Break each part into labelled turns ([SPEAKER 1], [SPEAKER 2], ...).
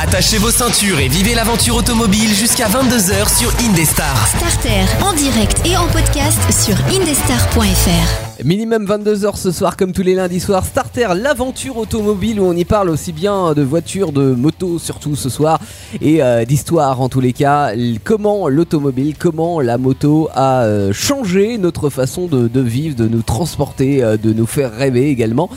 [SPEAKER 1] Attachez vos ceintures et vivez l'aventure automobile jusqu'à 22h sur Indestar.
[SPEAKER 2] Starter en direct et en podcast sur indestar.fr.
[SPEAKER 3] Minimum 22h ce soir comme tous les lundis soirs Starter l'aventure automobile où on y parle aussi bien de voitures, de motos surtout ce soir et euh, d'histoire en tous les cas L- comment l'automobile, comment la moto a euh, changé notre façon de, de vivre, de nous transporter, euh, de nous faire rêver également.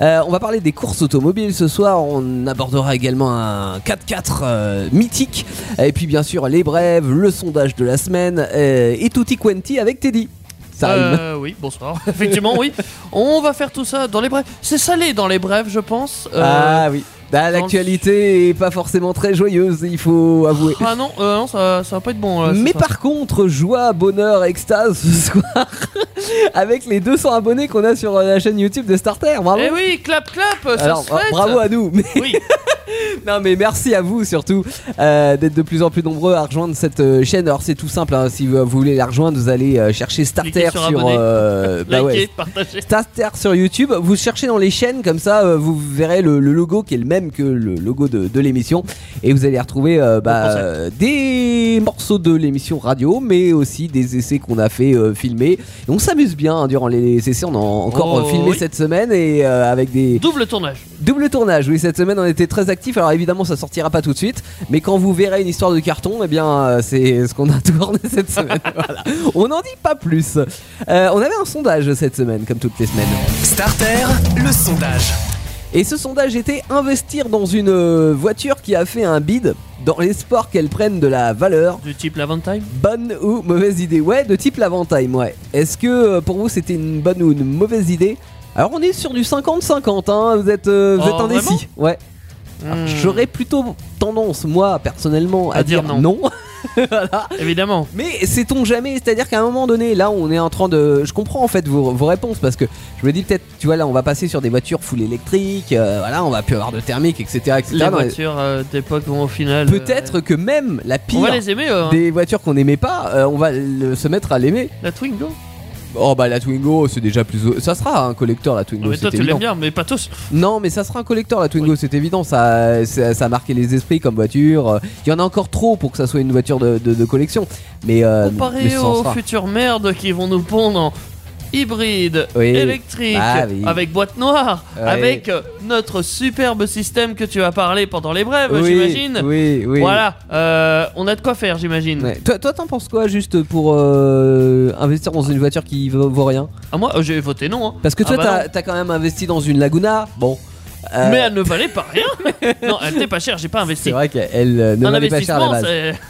[SPEAKER 3] Euh, on va parler des courses automobiles ce soir, on abordera également un 4x4 euh, mythique et puis bien sûr les brèves, le sondage de la semaine euh, et tutti quanti avec Teddy. Ça rime.
[SPEAKER 4] Euh, oui, bonsoir. Effectivement, oui. On va faire tout ça dans les brèves. C'est salé dans les brèves, je pense. Euh,
[SPEAKER 3] Ah oui. Bah,
[SPEAKER 4] dans
[SPEAKER 3] L'actualité est pas forcément très joyeuse, il faut avouer.
[SPEAKER 4] ah non, euh, non ça, ça va pas être bon. euh, ce
[SPEAKER 3] Mais
[SPEAKER 4] soir.
[SPEAKER 3] par contre, joie, bonheur, extase ce soir avec les 200 abonnés qu'on a sur euh, la chaîne YouTube de Starter. Bravo.
[SPEAKER 4] Eh oui, clap, clap, ça
[SPEAKER 3] Alors,
[SPEAKER 4] se
[SPEAKER 3] bra-
[SPEAKER 4] fête.
[SPEAKER 3] bravo à nous. Mais-
[SPEAKER 4] Oui,
[SPEAKER 3] non, mais merci à vous surtout euh, d'être de plus en plus nombreux à rejoindre cette euh, chaîne. Alors, c'est tout simple. hein, si vous, vous voulez la rejoindre, vous allez euh, chercher Starter
[SPEAKER 4] Cliquez
[SPEAKER 3] sur.
[SPEAKER 4] sur abonner.
[SPEAKER 3] euh, bah
[SPEAKER 4] likez,
[SPEAKER 3] ouais,
[SPEAKER 4] partagez.
[SPEAKER 3] Starter sur YouTube. Vous cherchez dans les chaînes, comme ça euh, vous verrez le, le logo qui est le même que le logo de, de l'émission. Et vous allez retrouver euh, bah,
[SPEAKER 4] concept.
[SPEAKER 3] euh, des morceaux de l'émission radio, mais aussi des essais qu'on a fait euh, filmer. Et on s'amuse bien hein, durant les essais. On a encore
[SPEAKER 4] Oh,
[SPEAKER 3] euh, filmé
[SPEAKER 4] oui.
[SPEAKER 3] cette semaine et euh, avec des
[SPEAKER 4] Double tournage.
[SPEAKER 3] doubles tournages. Oui, cette semaine on était très actifs. Alors évidemment, ça sortira pas tout de suite. Mais quand vous verrez une histoire de carton, eh bien, euh, c'est ce qu'on a tourné cette semaine. Voilà. On n'en dit pas plus. Euh, on avait un sondage cette semaine, comme toutes les semaines.
[SPEAKER 1] Starter, le sondage.
[SPEAKER 3] Et ce sondage était investir dans une euh, voiture qui a fait un bid dans l'espoir qu'elle prenne de la valeur.
[SPEAKER 4] Du type la time.
[SPEAKER 3] Bonne ou mauvaise idée Ouais, de type l'avantime, ouais. Est-ce que euh, pour vous c'était une bonne ou une mauvaise idée Alors on est sur du 50-50, hein, vous êtes, euh, vous
[SPEAKER 4] Oh,
[SPEAKER 3] êtes indécis. Ouais.
[SPEAKER 4] Hmm,
[SPEAKER 3] Alors, Ah, J'aurais plutôt tendance, moi, personnellement, à,
[SPEAKER 4] À dire non.
[SPEAKER 3] voilà.
[SPEAKER 4] Évidemment.
[SPEAKER 3] Mais sait-on jamais C'est-à-dire qu'à un moment donné, là, on est en train de. Je comprends en fait vos, vos réponses parce que je me dis peut-être, tu vois, là, on va passer sur des voitures full électrique, euh, voilà, on va plus avoir de thermique, etc. etc.
[SPEAKER 4] Les
[SPEAKER 3] Non, mais
[SPEAKER 4] voitures euh, d'époque vont au final. euh,
[SPEAKER 3] Peut-être que même la
[SPEAKER 4] on
[SPEAKER 3] pire
[SPEAKER 4] va les aimer, euh, hein.
[SPEAKER 3] des voitures qu'on n'aimait pas, euh, on va le- se mettre à l'aimer.
[SPEAKER 4] la Twingo.
[SPEAKER 3] Oh bah la Twingo, c'est déjà plus. Ça sera un collector la Twingo.
[SPEAKER 4] mais toi,
[SPEAKER 3] c'est
[SPEAKER 4] tu l'aimes
[SPEAKER 3] évident.
[SPEAKER 4] bien, mais pas tous.
[SPEAKER 3] Non, mais ça sera un collector la Twingo, c'est évident. Ça, ça, ça a marqué les esprits comme voiture. Euh, Il y en a encore trop pour que ça soit une voiture de, de- de collection. Mais euh, mais
[SPEAKER 4] Comparé
[SPEAKER 3] ça en
[SPEAKER 4] aux
[SPEAKER 3] sera.
[SPEAKER 4] futures merdes qui vont nous pondre en hybride,
[SPEAKER 3] Oui.
[SPEAKER 4] électrique,
[SPEAKER 3] Ah oui.
[SPEAKER 4] avec boîte noire,
[SPEAKER 3] Ouais.
[SPEAKER 4] avec euh, notre superbe système que tu as parlé pendant les brèves,
[SPEAKER 3] Oui,
[SPEAKER 4] j'imagine.
[SPEAKER 3] Oui, oui.
[SPEAKER 4] Voilà, euh, on a de quoi faire, j'imagine.
[SPEAKER 3] Ouais. Toi, toi, t'en penses quoi juste pour euh, investir dans une voiture qui vaut, vaut rien
[SPEAKER 4] Ah, moi, euh, j'ai voté non. hein.
[SPEAKER 3] Parce que
[SPEAKER 4] Ah
[SPEAKER 3] toi,
[SPEAKER 4] bah
[SPEAKER 3] t'as-
[SPEAKER 4] non.
[SPEAKER 3] t'as quand même investi dans une Laguna. Bon. euh,
[SPEAKER 4] Mais elle ne valait pas rien. non, elle était pas chère, j'ai pas
[SPEAKER 3] c'est
[SPEAKER 4] investi.
[SPEAKER 3] vrai qu'elle euh, ne
[SPEAKER 4] Un
[SPEAKER 3] valait pas cher à la
[SPEAKER 4] investissement,
[SPEAKER 3] base.
[SPEAKER 4] c'est-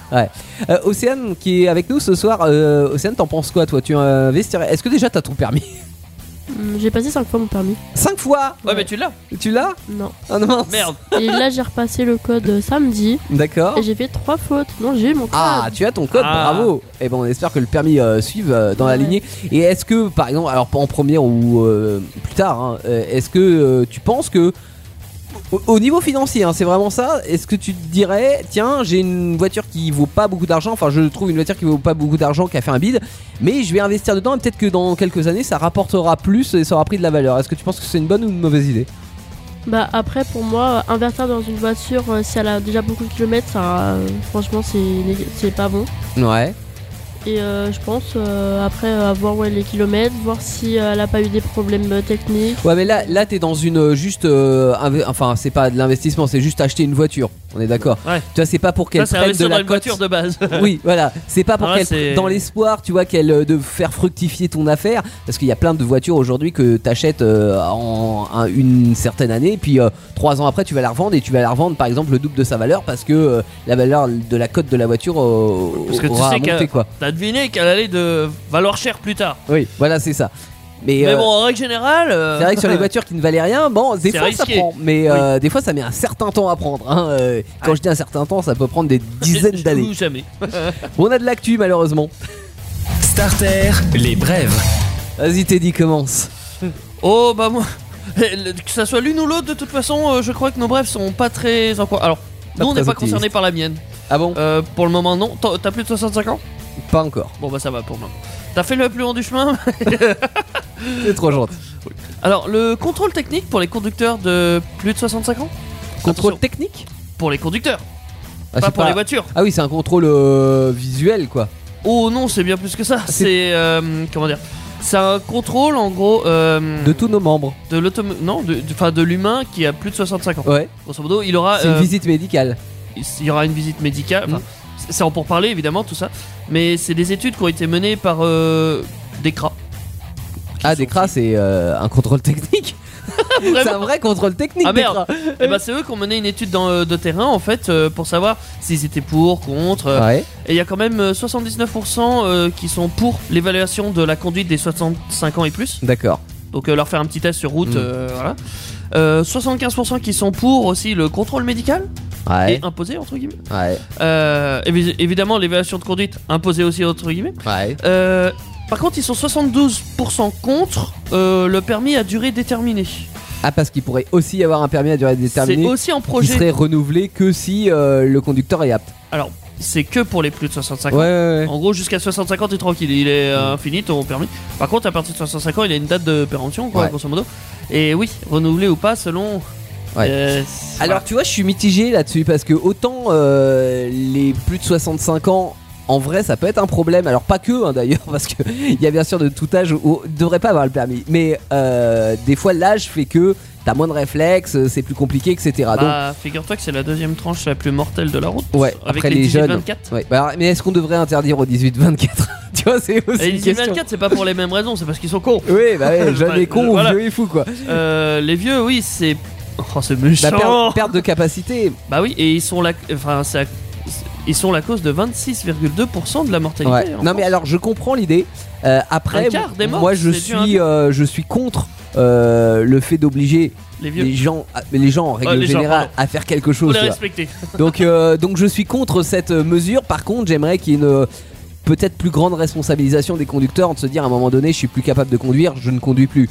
[SPEAKER 3] Euh, Océane qui est avec nous ce soir. euh, Océane, t'en penses quoi toi Tu euh, investirais Est-ce que déjà t'as ton permis
[SPEAKER 5] Hum, J'ai passé 5 fois mon permis.
[SPEAKER 3] 5 fois
[SPEAKER 4] Ouais, mais tu l'as.
[SPEAKER 3] Tu l'as
[SPEAKER 5] Non.
[SPEAKER 3] Ah non
[SPEAKER 4] Merde.
[SPEAKER 5] Et là, j'ai repassé le code euh, samedi
[SPEAKER 3] D'accord.
[SPEAKER 5] et j'ai fait 3 fautes. Non, j'ai eu mon code.
[SPEAKER 3] Ah, tu as ton code,
[SPEAKER 4] Ah.
[SPEAKER 3] bravo! Et ben, on espère que le permis euh, suive euh, dans la
[SPEAKER 5] Ouais.
[SPEAKER 3] lignée. Et est-ce que, par exemple, alors pas en première ou euh, plus tard, hein, euh, est-ce que euh, tu penses que, au, au niveau financier, hein, c'est vraiment ça? Est-ce que tu te dirais, tiens, j'ai une voiture qui vaut pas beaucoup d'argent, enfin, je trouve une voiture qui vaut pas beaucoup d'argent, qui a fait un bid, mais je vais investir dedans et peut-être que dans quelques années ça rapportera plus et ça aura pris de la valeur. Est-ce que tu penses que c'est une bonne ou une mauvaise idée?
[SPEAKER 5] Bah, après, pour moi, euh, invertir dans une voiture, euh, si elle a déjà beaucoup de kilomètres, ça, euh, franchement, c'est nég- c'est pas bon.
[SPEAKER 3] Ouais.
[SPEAKER 5] Et euh, je pense, euh, après, euh, voir où est les kilomètres, voir si euh, elle a pas eu des problèmes euh, techniques.
[SPEAKER 3] Ouais, mais là, là, t'es dans une euh, juste, euh, inv- enfin, c'est pas de l'investissement, c'est juste acheter une voiture. On est d'accord.
[SPEAKER 4] Ouais.
[SPEAKER 3] Tu vois, c'est pas pour qu'elle
[SPEAKER 4] Ça, c'est
[SPEAKER 3] prenne de
[SPEAKER 4] investir dans
[SPEAKER 3] la
[SPEAKER 4] une
[SPEAKER 3] cote.
[SPEAKER 4] voiture de base.
[SPEAKER 3] Oui, voilà. C'est pas pour
[SPEAKER 4] Ah ouais,
[SPEAKER 3] qu'elle,
[SPEAKER 4] c'est-
[SPEAKER 3] dans l'espoir, tu vois, qu'elle euh, de faire fructifier ton affaire, parce qu'il y a plein de voitures aujourd'hui que t'achètes euh, en un- une certaine année, puis euh, trois ans après, tu vas la revendre et tu vas la revendre, par exemple, le double de sa valeur, parce que euh, la valeur de la cote de la voiture euh,
[SPEAKER 4] Parce que tu
[SPEAKER 3] aura
[SPEAKER 4] sais
[SPEAKER 3] monté,
[SPEAKER 4] qu'elle-
[SPEAKER 3] quoi.
[SPEAKER 4] T'as deviné qu'elle allait de valoir cher plus tard.
[SPEAKER 3] Oui, voilà, c'est ça. Mais,
[SPEAKER 4] mais
[SPEAKER 3] euh,
[SPEAKER 4] bon, en règle générale. euh,
[SPEAKER 3] C'est vrai que sur les voitures qui ne valaient rien, bon, des
[SPEAKER 4] C'est
[SPEAKER 3] fois ça
[SPEAKER 4] risqué.
[SPEAKER 3] prend, mais euh, des fois ça met un certain temps à prendre. hein, euh, Quand je dis un certain temps, ça peut prendre des dizaines d'années.
[SPEAKER 4] Ou jamais.
[SPEAKER 3] On a de l'actu malheureusement.
[SPEAKER 1] Starter, les brèves.
[SPEAKER 3] Vas-y Teddy, commence.
[SPEAKER 4] Oh bah moi, le- que ça soit l'une ou l'autre, de toute façon, euh, je crois que nos brefs sont pas très encore. Alors,
[SPEAKER 3] Pas
[SPEAKER 4] nous on n'est
[SPEAKER 3] très
[SPEAKER 4] pas
[SPEAKER 3] optimiste.
[SPEAKER 4] concerné par la mienne.
[SPEAKER 3] Ah bon
[SPEAKER 4] Euh, pour le moment, non. T'en- T'as plus de 65 ans
[SPEAKER 3] Pas encore.
[SPEAKER 4] Bon bah ça va pour moi. T'as fait le plus long du chemin
[SPEAKER 3] C'est trop gentil.
[SPEAKER 4] Alors, le contrôle technique pour les conducteurs de plus de 65 ans
[SPEAKER 3] Contrôle
[SPEAKER 4] Attention.
[SPEAKER 3] technique
[SPEAKER 4] pour les conducteurs,
[SPEAKER 3] Ah,
[SPEAKER 4] pas
[SPEAKER 3] c'est
[SPEAKER 4] pour
[SPEAKER 3] pas-
[SPEAKER 4] les voitures.
[SPEAKER 3] Ah oui, c'est un contrôle euh, visuel quoi.
[SPEAKER 4] Oh non, c'est bien plus que ça.
[SPEAKER 3] Ah, C'est-
[SPEAKER 4] C'est euh, comment dire C'est un contrôle en gros euh,
[SPEAKER 3] De tous nos membres.
[SPEAKER 4] de l'automo- non, de, de- enfin, de l'humain qui a plus de 65 ans.
[SPEAKER 3] Ouais.
[SPEAKER 4] Grosso modo, il aura
[SPEAKER 3] Oh. c'est une
[SPEAKER 4] euh,
[SPEAKER 3] visite médicale.
[SPEAKER 4] il y aura une visite médicale. enfin,
[SPEAKER 3] Mm.
[SPEAKER 4] c'est- C'est en pour parler évidemment tout ça, mais c'est des études qui ont été menées par euh, des cras.
[SPEAKER 3] Ah, des cras, c'est euh, un contrôle technique. c'est un vrai contrôle technique.
[SPEAKER 4] Ah,
[SPEAKER 3] des
[SPEAKER 4] merde.
[SPEAKER 3] cras.
[SPEAKER 4] Et bah c'est eux qui ont mené une étude dans, euh, de terrain en fait euh, pour savoir s'ils étaient pour, contre. euh,
[SPEAKER 3] Ouais.
[SPEAKER 4] Et il y a quand même euh, 79% euh, qui sont pour l'évaluation de la conduite des 65 ans et plus.
[SPEAKER 3] D'accord.
[SPEAKER 4] Donc euh, leur faire un petit test sur route,
[SPEAKER 3] Mm.
[SPEAKER 4] euh, voilà. Euh, 75% qui sont pour aussi le contrôle médical
[SPEAKER 3] Ouais.
[SPEAKER 4] et imposé entre guillemets.
[SPEAKER 3] Ouais.
[SPEAKER 4] Euh, évi- évidemment l'évaluation de conduite imposée aussi entre guillemets.
[SPEAKER 3] Ouais.
[SPEAKER 4] Euh, par contre ils sont 72% contre euh, le permis à durée déterminée.
[SPEAKER 3] Ah, parce qu'il pourrait aussi y avoir un permis à durée
[SPEAKER 4] C'est
[SPEAKER 3] déterminée
[SPEAKER 4] aussi en
[SPEAKER 3] qui
[SPEAKER 4] projet.
[SPEAKER 3] serait renouvelé que si euh, le conducteur est apte.
[SPEAKER 4] Alors c'est que pour les plus de 65
[SPEAKER 3] Ouais,
[SPEAKER 4] ans.
[SPEAKER 3] ouais, ouais.
[SPEAKER 4] En gros, jusqu'à 65 ans, t'es tranquille, il est euh, infini ton permis. Par contre, à partir de 65 ans, il a une date de péremption, quoi,
[SPEAKER 3] Ouais.
[SPEAKER 4] grosso modo. Et oui, renouvelé ou pas, selon.
[SPEAKER 3] Ouais.
[SPEAKER 4] Euh,
[SPEAKER 3] Alors, tu vois, je suis mitigé là-dessus parce que autant euh, les plus de 65 ans. En vrai, ça peut être un problème. Alors pas que hein, d'ailleurs, parce que il y a bien sûr de tout âge où on devrait pas avoir le permis. Mais euh, des fois, l'âge fait que t'as moins de réflexes, c'est plus compliqué, etc. ah, Donc
[SPEAKER 4] Bah, figure-toi que c'est la deuxième tranche la plus mortelle de la route.
[SPEAKER 3] Ouais,
[SPEAKER 4] avec
[SPEAKER 3] après
[SPEAKER 4] les,
[SPEAKER 3] les
[SPEAKER 4] 18,
[SPEAKER 3] jeunes.
[SPEAKER 4] 24.
[SPEAKER 3] Ouais, bah alors, mais est-ce qu'on devrait interdire aux 18-24 Tu vois, c'est aussi
[SPEAKER 4] Et les
[SPEAKER 3] une
[SPEAKER 4] 18,
[SPEAKER 3] question.
[SPEAKER 4] 24, c'est pas pour les mêmes raisons, c'est parce qu'ils sont cons.
[SPEAKER 3] Oui, bah ouais, jeune
[SPEAKER 4] Bah,
[SPEAKER 3] et con,
[SPEAKER 4] voilà.
[SPEAKER 3] vieux et fou quoi.
[SPEAKER 4] Euh, les vieux, oui, c'est. Oh, c'est méchant
[SPEAKER 3] La per- perte de capacité.
[SPEAKER 4] Bah oui, et ils sont la. Enfin, c'est. la- Ils sont la cause de 26,2% de la mortalité.
[SPEAKER 3] Ouais.
[SPEAKER 4] en
[SPEAKER 3] Non mais
[SPEAKER 4] France.
[SPEAKER 3] alors je comprends l'idée. Euh, après,
[SPEAKER 4] hein, Un quart des morts,
[SPEAKER 3] moi je
[SPEAKER 4] c'est dû à un
[SPEAKER 3] suis, euh, je suis contre euh, le fait d'obliger
[SPEAKER 4] les vieux,
[SPEAKER 3] les gens, à- les gens en règle
[SPEAKER 4] les gens,
[SPEAKER 3] générale,
[SPEAKER 4] pardon.
[SPEAKER 3] à faire quelque
[SPEAKER 4] faut
[SPEAKER 3] chose.
[SPEAKER 4] les
[SPEAKER 3] tu vois.
[SPEAKER 4] respecter.
[SPEAKER 3] Donc, euh, donc je suis contre cette euh, mesure. Par contre, j'aimerais qu'il y ait une euh, peut-être plus grande responsabilisation des conducteurs de se dire à un moment donné, je suis plus capable de conduire, je ne conduis plus.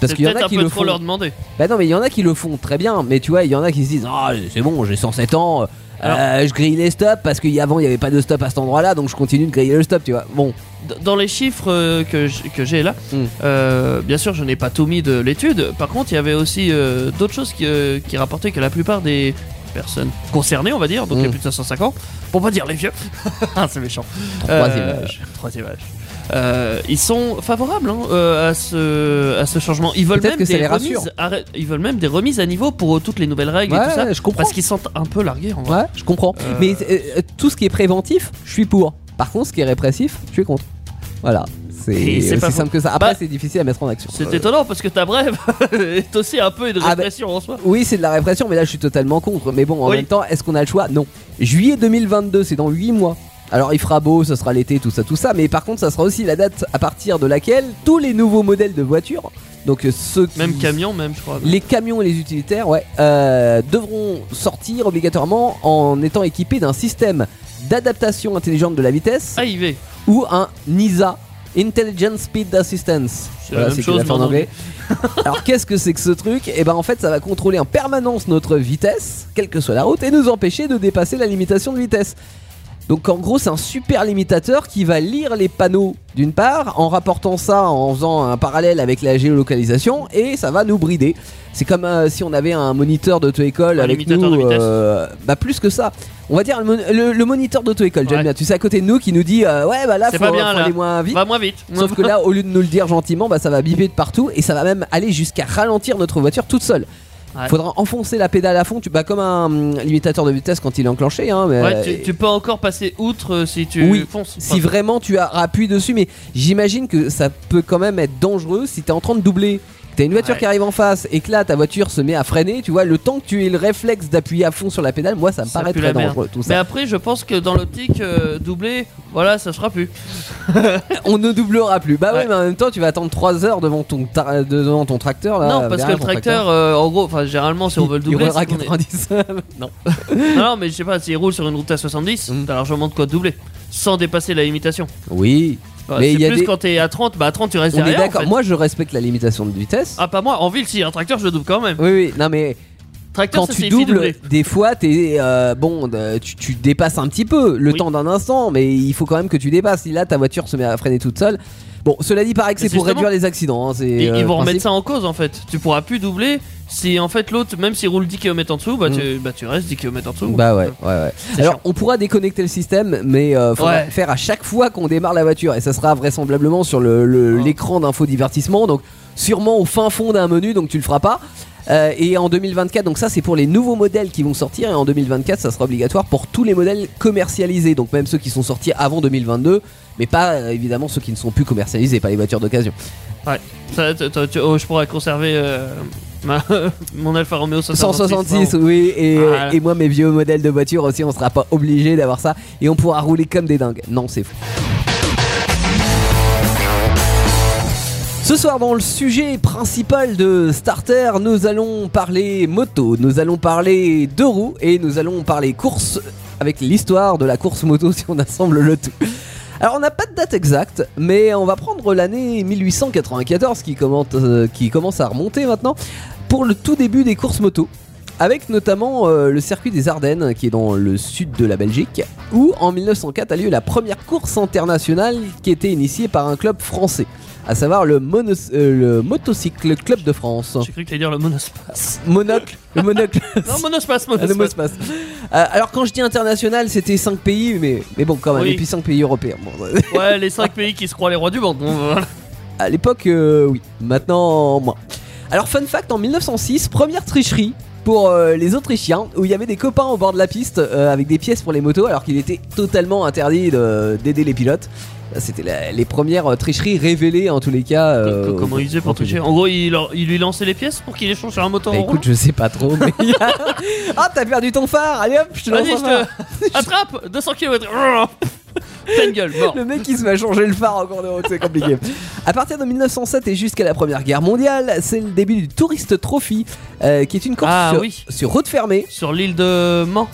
[SPEAKER 3] Parce
[SPEAKER 4] C'est
[SPEAKER 3] qu'il y en
[SPEAKER 4] peut-être
[SPEAKER 3] a
[SPEAKER 4] un
[SPEAKER 3] qui
[SPEAKER 4] peu
[SPEAKER 3] le
[SPEAKER 4] trop
[SPEAKER 3] font.
[SPEAKER 4] leur demander.
[SPEAKER 3] Bah non, mais il y en a qui le font très bien, mais tu vois, il y en a qui se disent Ah, c'est bon, j'ai 107 ans, euh, je grille les stops parce qu'avant il n'y avait pas de stop à cet endroit-là, donc je continue de griller le stop, tu vois. Bon,
[SPEAKER 4] D- Dans les chiffres euh, que j- que j'ai là,
[SPEAKER 3] Mm.
[SPEAKER 4] euh, bien sûr, je n'ai pas tout mis de l'étude. Par contre, il y avait aussi euh, d'autres choses qui, euh, qui rapportaient que la plupart des personnes concernées, on va dire, donc
[SPEAKER 3] Mm.
[SPEAKER 4] les plus de 505 ans, pour pas dire les vieux, Ah, c'est méchant.
[SPEAKER 3] troisième
[SPEAKER 4] Euh,
[SPEAKER 3] âge.
[SPEAKER 4] troisième âge. Euh, ils sont favorables hein, euh, à, ce, à ce changement. Ils veulent
[SPEAKER 3] Peut-être
[SPEAKER 4] même
[SPEAKER 3] que ça
[SPEAKER 4] des
[SPEAKER 3] les
[SPEAKER 4] remises.
[SPEAKER 3] rassure.
[SPEAKER 4] à ré- ils veulent même des remises à niveau pour euh, toutes les nouvelles règles et tout ça,
[SPEAKER 3] Ouais, je comprends.
[SPEAKER 4] parce qu'ils se sentent un peu largués. En vrai.
[SPEAKER 3] Ouais, je comprends.
[SPEAKER 4] Euh,
[SPEAKER 3] Mais euh, euh, tout ce qui est préventif, je suis pour. Par contre, ce qui est répressif, je suis contre. Voilà. C'est
[SPEAKER 4] Et c'est
[SPEAKER 3] aussi
[SPEAKER 4] pas faux.
[SPEAKER 3] simple que ça. Après,
[SPEAKER 4] Bah,
[SPEAKER 3] c'est difficile à mettre en action.
[SPEAKER 4] C'est
[SPEAKER 3] Euh,
[SPEAKER 4] étonnant parce que ta brève est aussi un peu une
[SPEAKER 3] Ah bah-
[SPEAKER 4] répression en soi.
[SPEAKER 3] Oui, c'est de la répression, mais là je suis totalement contre. Mais bon, en
[SPEAKER 4] Oui.
[SPEAKER 3] même temps, est-ce qu'on a le choix Non. Juillet 2022, c'est dans 8 mois. Alors il fera beau, ce sera l'été, tout ça, tout ça. Mais par contre, ça sera aussi la date à partir de laquelle tous les nouveaux modèles de voitures, donc euh, ceux qui.
[SPEAKER 4] Même camion, même je crois.
[SPEAKER 3] Les camions et les utilitaires, ouais, euh, devront sortir obligatoirement en étant équipés d'un système d'adaptation intelligente de la vitesse
[SPEAKER 4] AIV.
[SPEAKER 3] ou un NISA, Intelligent Speed Assistance.
[SPEAKER 4] C'est la même
[SPEAKER 3] ce qu'il
[SPEAKER 4] chose,
[SPEAKER 3] a fait en
[SPEAKER 4] mais en
[SPEAKER 3] anglais. Alors qu'est-ce que c'est que ce truc Et ben en fait ça va contrôler en permanence notre vitesse, quelle que soit la route, et nous empêcher de dépasser la limitation de vitesse. Donc en gros c'est un super limitateur qui va lire les panneaux d'une part, en rapportant ça, en faisant un parallèle avec la géolocalisation, et ça va nous brider. C'est comme euh, si on avait un moniteur d'auto-école
[SPEAKER 4] Un
[SPEAKER 3] avec
[SPEAKER 4] limitateur
[SPEAKER 3] nous.
[SPEAKER 4] de vitesse.
[SPEAKER 3] euh, bah plus que ça. On va dire le, mon- le- le moniteur d'auto-école, j'aime
[SPEAKER 4] Ouais.
[SPEAKER 3] bien. Tu sais à côté de nous qui nous dit euh, ouais bah là
[SPEAKER 4] C'est
[SPEAKER 3] faut,
[SPEAKER 4] pas bien,
[SPEAKER 3] faut
[SPEAKER 4] là. Bah,
[SPEAKER 3] aller moins vite.
[SPEAKER 4] Va moins vite. Moins
[SPEAKER 3] Sauf que là, au lieu de nous le dire gentiment, bah, ça va biper de partout et ça va même aller jusqu'à ralentir notre voiture toute seule.
[SPEAKER 4] Ouais.
[SPEAKER 3] Faudra enfoncer la pédale à fond, tu, bah, comme un hum, limitateur de vitesse quand il est enclenché. Hein, mais-
[SPEAKER 4] Ouais, tu, tu peux encore passer outre euh, si tu
[SPEAKER 3] Oui,
[SPEAKER 4] fonces.
[SPEAKER 3] Si
[SPEAKER 4] Enfin,
[SPEAKER 3] vraiment tu as- appuies dessus, mais j'imagine que ça peut quand même être dangereux si t'es en train de doubler. T'as une voiture
[SPEAKER 4] Ouais.
[SPEAKER 3] qui arrive en face et que là ta voiture se met à freiner, tu vois, le temps que tu aies le réflexe d'appuyer à fond sur la pédale, moi ça me
[SPEAKER 4] Ça
[SPEAKER 3] paraît
[SPEAKER 4] pue
[SPEAKER 3] très
[SPEAKER 4] la merde.
[SPEAKER 3] dangereux tout
[SPEAKER 4] Mais
[SPEAKER 3] ça.
[SPEAKER 4] après, je pense que dans l'optique euh, doublé, voilà, ça se fera plus.
[SPEAKER 3] On ne doublera plus. Bah ouais,
[SPEAKER 4] Ouais.
[SPEAKER 3] mais en même temps tu vas attendre 3 heures devant ton, tar- devant ton tracteur là.
[SPEAKER 4] non, parce
[SPEAKER 3] derrière
[SPEAKER 4] que le
[SPEAKER 3] ton
[SPEAKER 4] tracteur, euh, en gros, enfin, généralement, si on veut le
[SPEAKER 3] il- il
[SPEAKER 4] doubler,
[SPEAKER 3] roulera
[SPEAKER 4] c'est qu'on est-
[SPEAKER 3] 90.
[SPEAKER 4] Non, non, mais je sais pas, s'il roule sur une route à 70,
[SPEAKER 3] Mm.
[SPEAKER 4] t'as largement de quoi doubler. Sans dépasser la limitation.
[SPEAKER 3] Oui,
[SPEAKER 4] Enfin,
[SPEAKER 3] Mais
[SPEAKER 4] c'est
[SPEAKER 3] il y a
[SPEAKER 4] plus
[SPEAKER 3] des-
[SPEAKER 4] quand t'es à 30, bah à 30, tu restes
[SPEAKER 3] on
[SPEAKER 4] derrière.
[SPEAKER 3] est
[SPEAKER 4] en
[SPEAKER 3] d'accord.
[SPEAKER 4] fait.
[SPEAKER 3] Moi, je respecte la limitation de vitesse.
[SPEAKER 4] Ah, pas moi, en ville, si y a un tracteur, je le double quand même.
[SPEAKER 3] Oui, oui, non, mais
[SPEAKER 4] Tracteur,
[SPEAKER 3] euh, quand
[SPEAKER 4] ça
[SPEAKER 3] tu
[SPEAKER 4] signifie
[SPEAKER 3] doubles,
[SPEAKER 4] doubler.
[SPEAKER 3] des fois, t'es euh, bon, de- tu, tu dépasses un petit peu le
[SPEAKER 4] Oui.
[SPEAKER 3] temps d'un instant, mais il faut quand même que tu dépasses. Si là, ta voiture se met à freiner toute seule, bon, cela dit, paraît que
[SPEAKER 4] Mais
[SPEAKER 3] c'est pour
[SPEAKER 4] justement,
[SPEAKER 3] réduire les accidents. hein, c'est,
[SPEAKER 4] Et
[SPEAKER 3] euh,
[SPEAKER 4] ils vont
[SPEAKER 3] principe.
[SPEAKER 4] remettre ça en cause en fait. Tu pourras plus doubler Si en fait l'autre, même s'il roule 10 km en dessous, bah,
[SPEAKER 3] Mm.
[SPEAKER 4] tu, bah, tu restes 10 km en dessous.
[SPEAKER 3] Bah ouais, ouais, ouais.
[SPEAKER 4] C'est
[SPEAKER 3] Alors
[SPEAKER 4] chiant.
[SPEAKER 3] on pourra déconnecter le système, mais euh, faudra
[SPEAKER 4] Ouais.
[SPEAKER 3] faire à chaque fois qu'on démarre la voiture, et ça sera vraisemblablement sur le- le-
[SPEAKER 4] Oh.
[SPEAKER 3] l'écran d'infodivertissement, donc sûrement au fin fond d'un menu, donc tu le feras pas. Euh, et en 2024, donc ça c'est pour les nouveaux modèles qui vont sortir, et en 2024 ça sera obligatoire pour tous les modèles commercialisés, donc même ceux qui sont sortis avant 2022, mais pas euh, évidemment ceux qui ne sont plus commercialisés, pas les voitures d'occasion.
[SPEAKER 4] Ça, t- t- tu- oh, je pourrais conserver euh, ma- mon Alfa Romeo 166.
[SPEAKER 3] 166, oui, et,
[SPEAKER 4] Voilà.
[SPEAKER 3] et moi mes vieux modèles de voitures aussi, on sera pas obligé d'avoir ça, et on pourra rouler comme des dingues. Non, c'est fou. Ce soir, dans le sujet principal de Starter, nous allons parler moto, nous allons parler deux roues et nous allons parler course avec l'histoire de la course moto si on assemble le tout. Alors, on n'a pas de date exacte, mais on va prendre l'année 1894 qui commence, euh, qui commence à remonter maintenant pour le tout début des courses moto. Avec notamment euh, le circuit des Ardennes qui est dans le sud de la Belgique, où en 1904 a lieu la première course internationale qui était initiée par un club français, à savoir le, mono- euh, le Motocycle Club de France.
[SPEAKER 4] J'ai cru que t'allais dire le monospace.
[SPEAKER 3] Monocle, le monocle.
[SPEAKER 4] Non, monospace,
[SPEAKER 3] Ah, le
[SPEAKER 4] monospace.
[SPEAKER 3] mot se passe. Euh, alors quand je dis international, c'était 5 pays, mais, mais bon quand même,
[SPEAKER 4] Oui.
[SPEAKER 3] et puis 5 pays européens. Bon, euh,
[SPEAKER 4] Ouais, les 5 pays qui se croient les rois du monde. Bon, voilà.
[SPEAKER 3] À l'époque, euh, oui. Maintenant, moins. Alors, fun fact, en 1906, première tricherie pour euh, les Autrichiens, où il y avait des copains au bord de la piste euh, avec des pièces pour les motos, alors qu'il était totalement interdit de- d'aider les pilotes. Ça, C'était la- les premières euh, tricheries révélées, en tous les cas. euh,
[SPEAKER 4] Co- co- Comment
[SPEAKER 3] au-
[SPEAKER 4] il faisait
[SPEAKER 3] au-
[SPEAKER 4] pour toucher En gros, il, leur- il lui lançait les pièces pour qu'il échange sur un moteur
[SPEAKER 3] Bah,
[SPEAKER 4] en roulant.
[SPEAKER 3] écoute, je sais pas trop, mais. Ah, t'as perdu ton phare Allez hop, je te lance
[SPEAKER 4] Vas-y,
[SPEAKER 3] un
[SPEAKER 4] je
[SPEAKER 3] phare.
[SPEAKER 4] te attrape 200 km. Pleine gueule, mort.
[SPEAKER 3] Le mec qui se va changer le phare en cours de route, c'est compliqué. À partir de 1907 et jusqu'à la Première Guerre mondiale, c'est le début du Tourist Trophy, euh, qui est une course
[SPEAKER 4] Ah,
[SPEAKER 3] sur,
[SPEAKER 4] oui.
[SPEAKER 3] sur route fermée.
[SPEAKER 4] Sur l'île de Mans.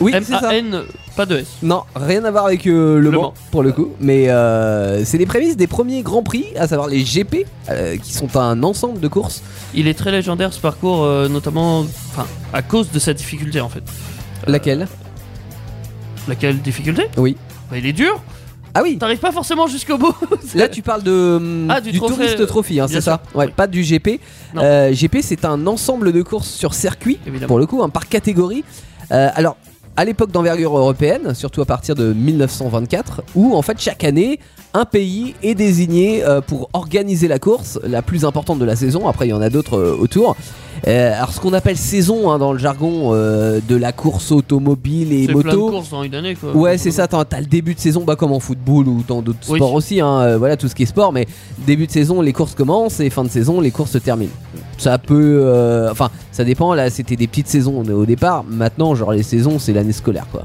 [SPEAKER 3] Oui, c'est ça.
[SPEAKER 4] M-A-N, pas de S.
[SPEAKER 3] Non, rien à voir avec euh, le,
[SPEAKER 4] Le
[SPEAKER 3] Mans,
[SPEAKER 4] Mans.
[SPEAKER 3] pour le coup, mais euh, c'est les prémices des premiers grands prix, à savoir les GP, euh, qui sont un ensemble de courses.
[SPEAKER 4] Il est très légendaire ce parcours, euh, notamment enfin, à cause de sa difficulté en fait. Euh,
[SPEAKER 3] Laquelle
[SPEAKER 4] Laquelle difficulté
[SPEAKER 3] Oui.
[SPEAKER 4] Bah, il est dur,
[SPEAKER 3] Ah oui,
[SPEAKER 4] t'arrives pas forcément jusqu'au bout.
[SPEAKER 3] là tu parles de hum,
[SPEAKER 4] Ah, du trophée,
[SPEAKER 3] Tourist Trophy, hein,
[SPEAKER 4] bien
[SPEAKER 3] c'est ça Ouais,
[SPEAKER 4] oui.
[SPEAKER 3] pas du GP.
[SPEAKER 4] Non.
[SPEAKER 3] Euh, GP, c'est un ensemble de courses sur circuit.
[SPEAKER 4] Évidemment.
[SPEAKER 3] pour le coup, hein, par catégorie. Euh, alors, à l'époque d'envergure européenne, surtout à partir de 1924, où en fait chaque année, un pays est désigné euh, pour organiser la course, la plus importante de la saison. Après, il y en a d'autres euh, autour. Euh, alors, ce qu'on appelle saison hein, dans le jargon euh, de la course automobile et
[SPEAKER 4] C'est plein de
[SPEAKER 3] moto.
[SPEAKER 4] courses dans une année quoi.
[SPEAKER 3] Ouais, c'est ça. T'as t'as le début de saison, bah comme en football ou dans d'autres
[SPEAKER 4] Oui.
[SPEAKER 3] sports aussi. Hein, euh, voilà, tout ce qui est sport. Mais début de saison, les courses commencent et fin de saison, les courses se terminent. Ça peut, euh, enfin, ça dépend. Là, c'était des petites saisons au départ. Maintenant, genre les saisons, c'est l'année scolaire, quoi.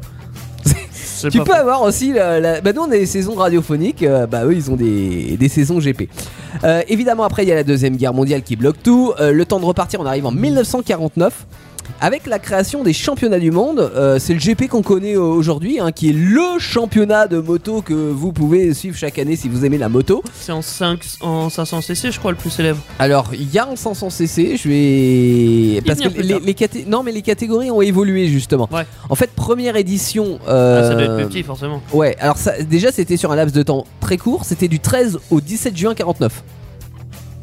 [SPEAKER 4] C'est
[SPEAKER 3] Tu
[SPEAKER 4] pas
[SPEAKER 3] peux
[SPEAKER 4] faux.
[SPEAKER 3] avoir aussi. La, la- Bah, nous, on a des saisons radiophoniques. euh, bah, eux, ils ont des, des saisons GP. Euh, évidemment, après, il y a la Deuxième Guerre mondiale qui bloque tout. Euh, le temps de repartir, on arrive en 1949. Avec la création des championnats du monde, euh, c'est le GP qu'on connaît euh, aujourd'hui, hein, qui est le championnat de moto que vous pouvez suivre chaque année si vous aimez la moto.
[SPEAKER 4] C'est en, 5, en 500 cc je crois le plus célèbre.
[SPEAKER 3] Alors, il y a un 500 cc, je vais parce
[SPEAKER 4] vient
[SPEAKER 3] que
[SPEAKER 4] plus
[SPEAKER 3] les,
[SPEAKER 4] tard.
[SPEAKER 3] les caté- non mais les catégories ont évolué justement.
[SPEAKER 4] Ouais.
[SPEAKER 3] En fait, première édition.
[SPEAKER 4] Ah, ça doit être
[SPEAKER 3] euh,
[SPEAKER 4] plus petit forcément.
[SPEAKER 3] Ouais, alors ça, déjà c'était sur un laps de temps très court, c'était du 13 au 17 juin 49.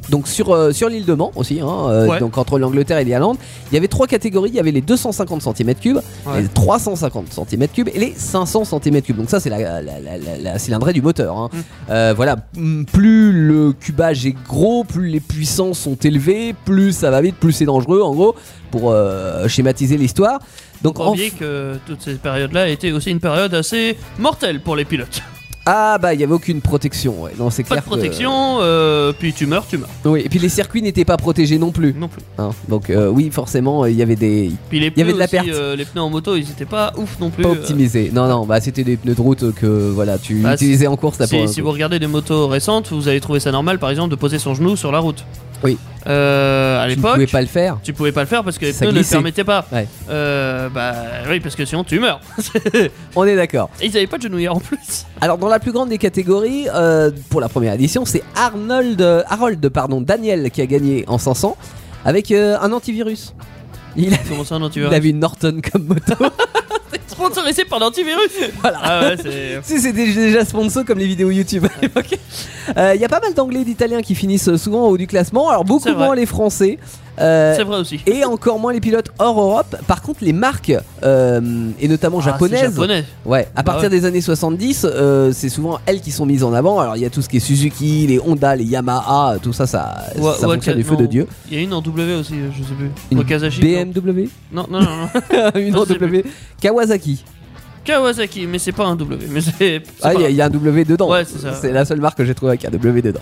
[SPEAKER 3] Donc sur, euh, sur l'île de Mans aussi, hein, euh,
[SPEAKER 4] Ouais.
[SPEAKER 3] donc entre l'Angleterre et l'Irlande, il y avait trois catégories, il y avait les 250 cm3,
[SPEAKER 4] Ouais.
[SPEAKER 3] les 350 cm3 et les 500 cm3. Donc ça c'est la, la, la, la- la cylindrée du moteur. hein.
[SPEAKER 4] Mm.
[SPEAKER 3] Euh, voilà, Mm, plus le cubage est gros, plus les puissances sont élevées, plus ça va vite, plus c'est dangereux en gros, pour euh, schématiser l'histoire. Donc
[SPEAKER 4] Faut
[SPEAKER 3] en
[SPEAKER 4] oublier que toutes ces périodes-là étaient aussi une période assez mortelle pour les pilotes.
[SPEAKER 3] Ah bah il y avait aucune protection, ouais. non c'est
[SPEAKER 4] Pas
[SPEAKER 3] clair.
[SPEAKER 4] de
[SPEAKER 3] que-
[SPEAKER 4] protection, euh, puis tu meurs, tu meurs.
[SPEAKER 3] Oui, et puis les circuits n'étaient pas protégés non plus.
[SPEAKER 4] Non plus.
[SPEAKER 3] hein. Donc euh, oui, forcément, euh, il y avait des
[SPEAKER 4] Puis les
[SPEAKER 3] Il y
[SPEAKER 4] pneus,
[SPEAKER 3] avait de la
[SPEAKER 4] aussi,
[SPEAKER 3] perte.
[SPEAKER 4] euh, les pneus en moto, ils étaient pas ouf non plus.
[SPEAKER 3] pas
[SPEAKER 4] euh,
[SPEAKER 3] optimisés. Non, non, bah c'était des pneus de route que voilà, tu
[SPEAKER 4] Bah,
[SPEAKER 3] utilisais en course. là, pour
[SPEAKER 4] Si,
[SPEAKER 3] un
[SPEAKER 4] si
[SPEAKER 3] coup.
[SPEAKER 4] vous regardez des motos récentes, vous allez trouver ça normal, par exemple, de poser son genou sur la route.
[SPEAKER 3] Oui.
[SPEAKER 4] Euh, à
[SPEAKER 3] tu ne pouvais
[SPEAKER 4] l'époque,
[SPEAKER 3] pas le faire.
[SPEAKER 4] tu pouvais pas le faire parce que les
[SPEAKER 3] Ça
[SPEAKER 4] pneus ne le
[SPEAKER 3] glissait.
[SPEAKER 4] permettaient pas.
[SPEAKER 3] Ouais.
[SPEAKER 4] Euh, bah oui, parce que sinon tu meurs.
[SPEAKER 3] On est d'accord.
[SPEAKER 4] Et ils avaient pas de genouillère en plus.
[SPEAKER 3] Alors dans la plus grande des catégories, euh, pour la première édition, c'est Arnold, euh, Harold, pardon, Daniel qui a gagné en 500 avec euh, un antivirus. Il, a-
[SPEAKER 4] Comment ça, un
[SPEAKER 3] il
[SPEAKER 4] antivirus
[SPEAKER 3] avait une Norton comme moto.
[SPEAKER 4] Sponsorisé par l'antivirus
[SPEAKER 3] Voilà. Euh,
[SPEAKER 4] Ah ouais, c'est.
[SPEAKER 3] Si c'était déjà sponsor comme les vidéos YouTube à l'époque. Euh, Il y a pas mal d'anglais et d'italiens qui finissent souvent au haut du classement. Alors beaucoup
[SPEAKER 4] C'est vrai.
[SPEAKER 3] moins les français. Euh,
[SPEAKER 4] C'est vrai aussi.
[SPEAKER 3] et encore moins les pilotes hors Europe. Par contre, les marques, euh, et notamment
[SPEAKER 4] Ah, c'est
[SPEAKER 3] japonaises,
[SPEAKER 4] japonais.
[SPEAKER 3] ouais, à
[SPEAKER 4] Bah
[SPEAKER 3] partir des années 70, euh, c'est souvent elles qui sont mises en avant. Alors, il y a tout ce qui est Suzuki, les Honda, les Yamaha, tout ça, ça,
[SPEAKER 4] Wa-
[SPEAKER 3] ça
[SPEAKER 4] Waka-
[SPEAKER 3] fonctionne du feu de
[SPEAKER 4] non,
[SPEAKER 3] Dieu.
[SPEAKER 4] Il y a une en W aussi, euh, je sais plus.
[SPEAKER 3] Une
[SPEAKER 4] Wakazashi. non.
[SPEAKER 3] BMW
[SPEAKER 4] Non, non, non. non.
[SPEAKER 3] Une
[SPEAKER 4] Non, je sais
[SPEAKER 3] W Kawasaki.
[SPEAKER 4] Kawasaki, mais c'est pas un W. Mais c'est. c'est
[SPEAKER 3] Ah, il
[SPEAKER 4] pas
[SPEAKER 3] y, a-
[SPEAKER 4] grave.
[SPEAKER 3] il y a un W dedans.
[SPEAKER 4] Ouais, c'est ça.
[SPEAKER 3] la seule marque que j'ai trouvée avec un W dedans.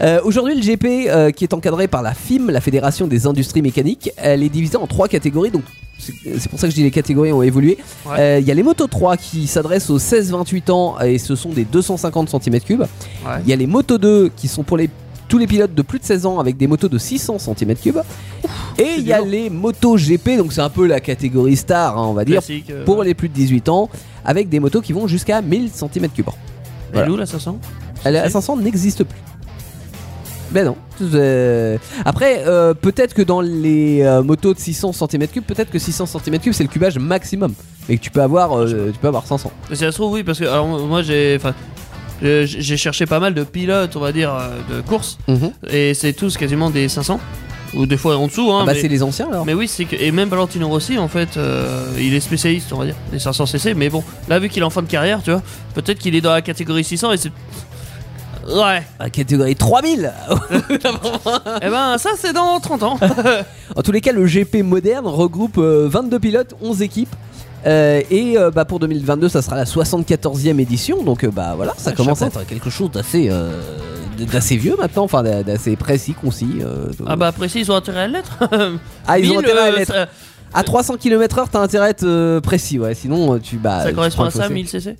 [SPEAKER 3] Euh, Aujourd'hui, le GP, euh, qui est encadré par la FIM, la Fédération des Industries Mécaniques, elle est divisée en trois catégories. Donc, c'est euh, c'est pour ça que je dis les catégories ont évolué. Euh,
[SPEAKER 4] Ouais.
[SPEAKER 3] Il y a les motos 3 qui s'adressent aux 16-28 ans et ce sont des 250 cm3.
[SPEAKER 4] Ouais.
[SPEAKER 3] Il y a les motos 2 qui sont pour les, tous les pilotes de plus de 16 ans avec des motos de 600 cm3. Et il y a
[SPEAKER 4] lourd.
[SPEAKER 3] les motos GP, donc c'est un peu la catégorie star, hein, on va dire,
[SPEAKER 4] Classique. euh,
[SPEAKER 3] pour les plus de 18 ans avec des motos qui vont jusqu'à 1000 cm3.
[SPEAKER 4] elle est
[SPEAKER 3] voilà.
[SPEAKER 4] où, l'assassin
[SPEAKER 3] Elle, à
[SPEAKER 4] Si.
[SPEAKER 3] 500 n'existe plus. Ben non. Euh, Après, euh, peut-être que dans les euh, motos de 600 cm3, peut-être que 600 cm3 c'est le cubage maximum. Mais que tu peux avoir, euh, tu peux avoir 500.
[SPEAKER 4] Mais ça se trouve, oui, parce que alors, moi j'ai. Enfin, euh, j'ai j'ai cherché pas mal de pilotes, on va dire, euh, de course, et c'est tous quasiment des 500, ou des fois en dessous. Hein,
[SPEAKER 3] Ah bah
[SPEAKER 4] mais-
[SPEAKER 3] c'est les anciens alors.
[SPEAKER 4] Mais oui, c'est que. Et même Valentino Rossi, en fait, euh, il est spécialiste, on va dire, des 500cc. Mais bon, là, vu qu'il est en fin de carrière, tu vois, peut-être qu'il est dans la catégorie 600 et c'est. Ouais.
[SPEAKER 3] Ah, catégorie 3000
[SPEAKER 4] eh ben, ça, c'est dans 30 ans.
[SPEAKER 3] En tous les cas, le GP moderne regroupe euh, 22 pilotes, 11 équipes. Euh, et euh, bah, pour 2022, ça sera la 74e édition. Donc euh, bah voilà, ça
[SPEAKER 4] Ouais,
[SPEAKER 3] commence à
[SPEAKER 4] Ah, chapeau.
[SPEAKER 3] être quelque chose d'assez euh, d'assez vieux maintenant, enfin d'a- d'assez précis, concis. euh,
[SPEAKER 4] ah bah, après, si, ils ont intérêt à l'être.
[SPEAKER 3] Ah, ils ont
[SPEAKER 4] 1000,
[SPEAKER 3] intérêt à
[SPEAKER 4] euh,
[SPEAKER 3] l'être.
[SPEAKER 4] Ça,
[SPEAKER 3] À 300 km/h, t'as intérêt à être euh, précis, ouais. Sinon, euh, tu bah.
[SPEAKER 4] ça
[SPEAKER 3] tu
[SPEAKER 4] correspond
[SPEAKER 3] prends
[SPEAKER 4] à
[SPEAKER 3] le
[SPEAKER 4] ça,
[SPEAKER 3] fossé.
[SPEAKER 4] 1000cc